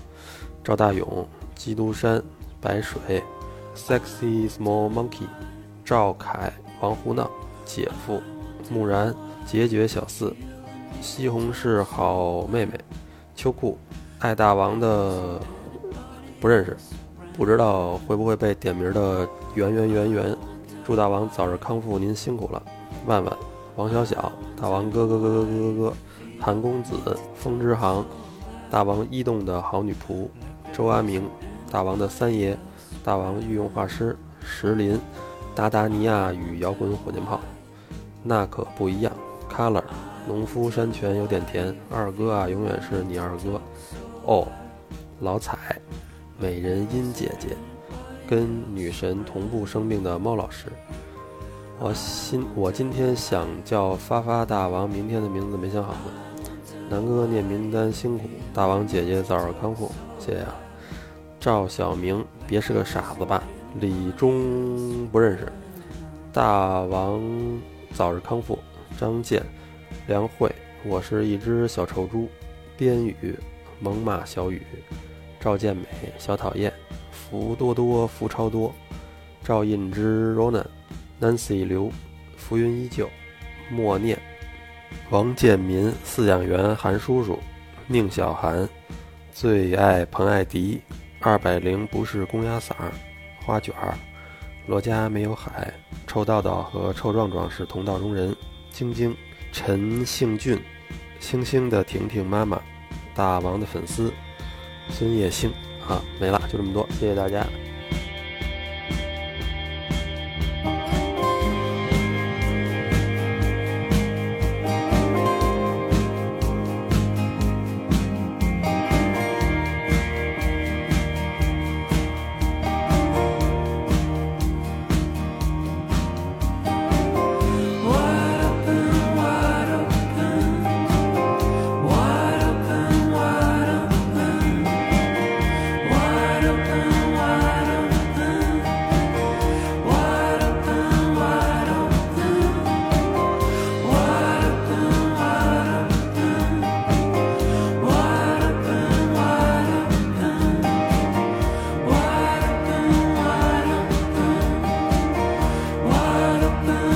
赵大勇，基督山，白水，Sexy Small Monkey，赵凯，王胡闹，姐夫，木然，结绝小四，西红柿好妹妹，秋裤，爱大王的不认识，不知道会不会被点名的圆圆圆圆，祝大王早日康复，您辛苦了，万万，王小小，大王哥哥哥哥哥哥哥，韩公子，风之航，大王一动的好女仆，周阿明，大王的三爷，大王御用画师，石林，达达尼亚与摇滚火箭炮，那可不一样，Color，农夫山泉有点甜，二哥啊，永远是你二哥，哦，老彩。美人音姐姐，跟女神同步生病的猫老师。我心我今天想叫发发大王，明天的名字没想好呢。南哥念名单辛苦，大王姐姐早日康复，谢谢啊。赵小明，别是个傻子吧？李忠不认识。大王早日康复。张健，梁慧，我是一只小臭猪。边宇，猛犸小雨。赵健美、小讨厌、福多多、福超多、赵印之、Ronan、Nancy 刘、浮云依旧、默念、王建民、饲养员韩叔叔、宁小涵、最爱彭艾迪、二百零不是公鸭嗓儿、花卷儿、罗家没有海、臭道道和臭壮壮是同道中人、晶晶、陈幸俊、星星的婷婷妈妈、大王的粉丝。孙叶星啊，没了，就这么多，谢谢大家。 Wide open,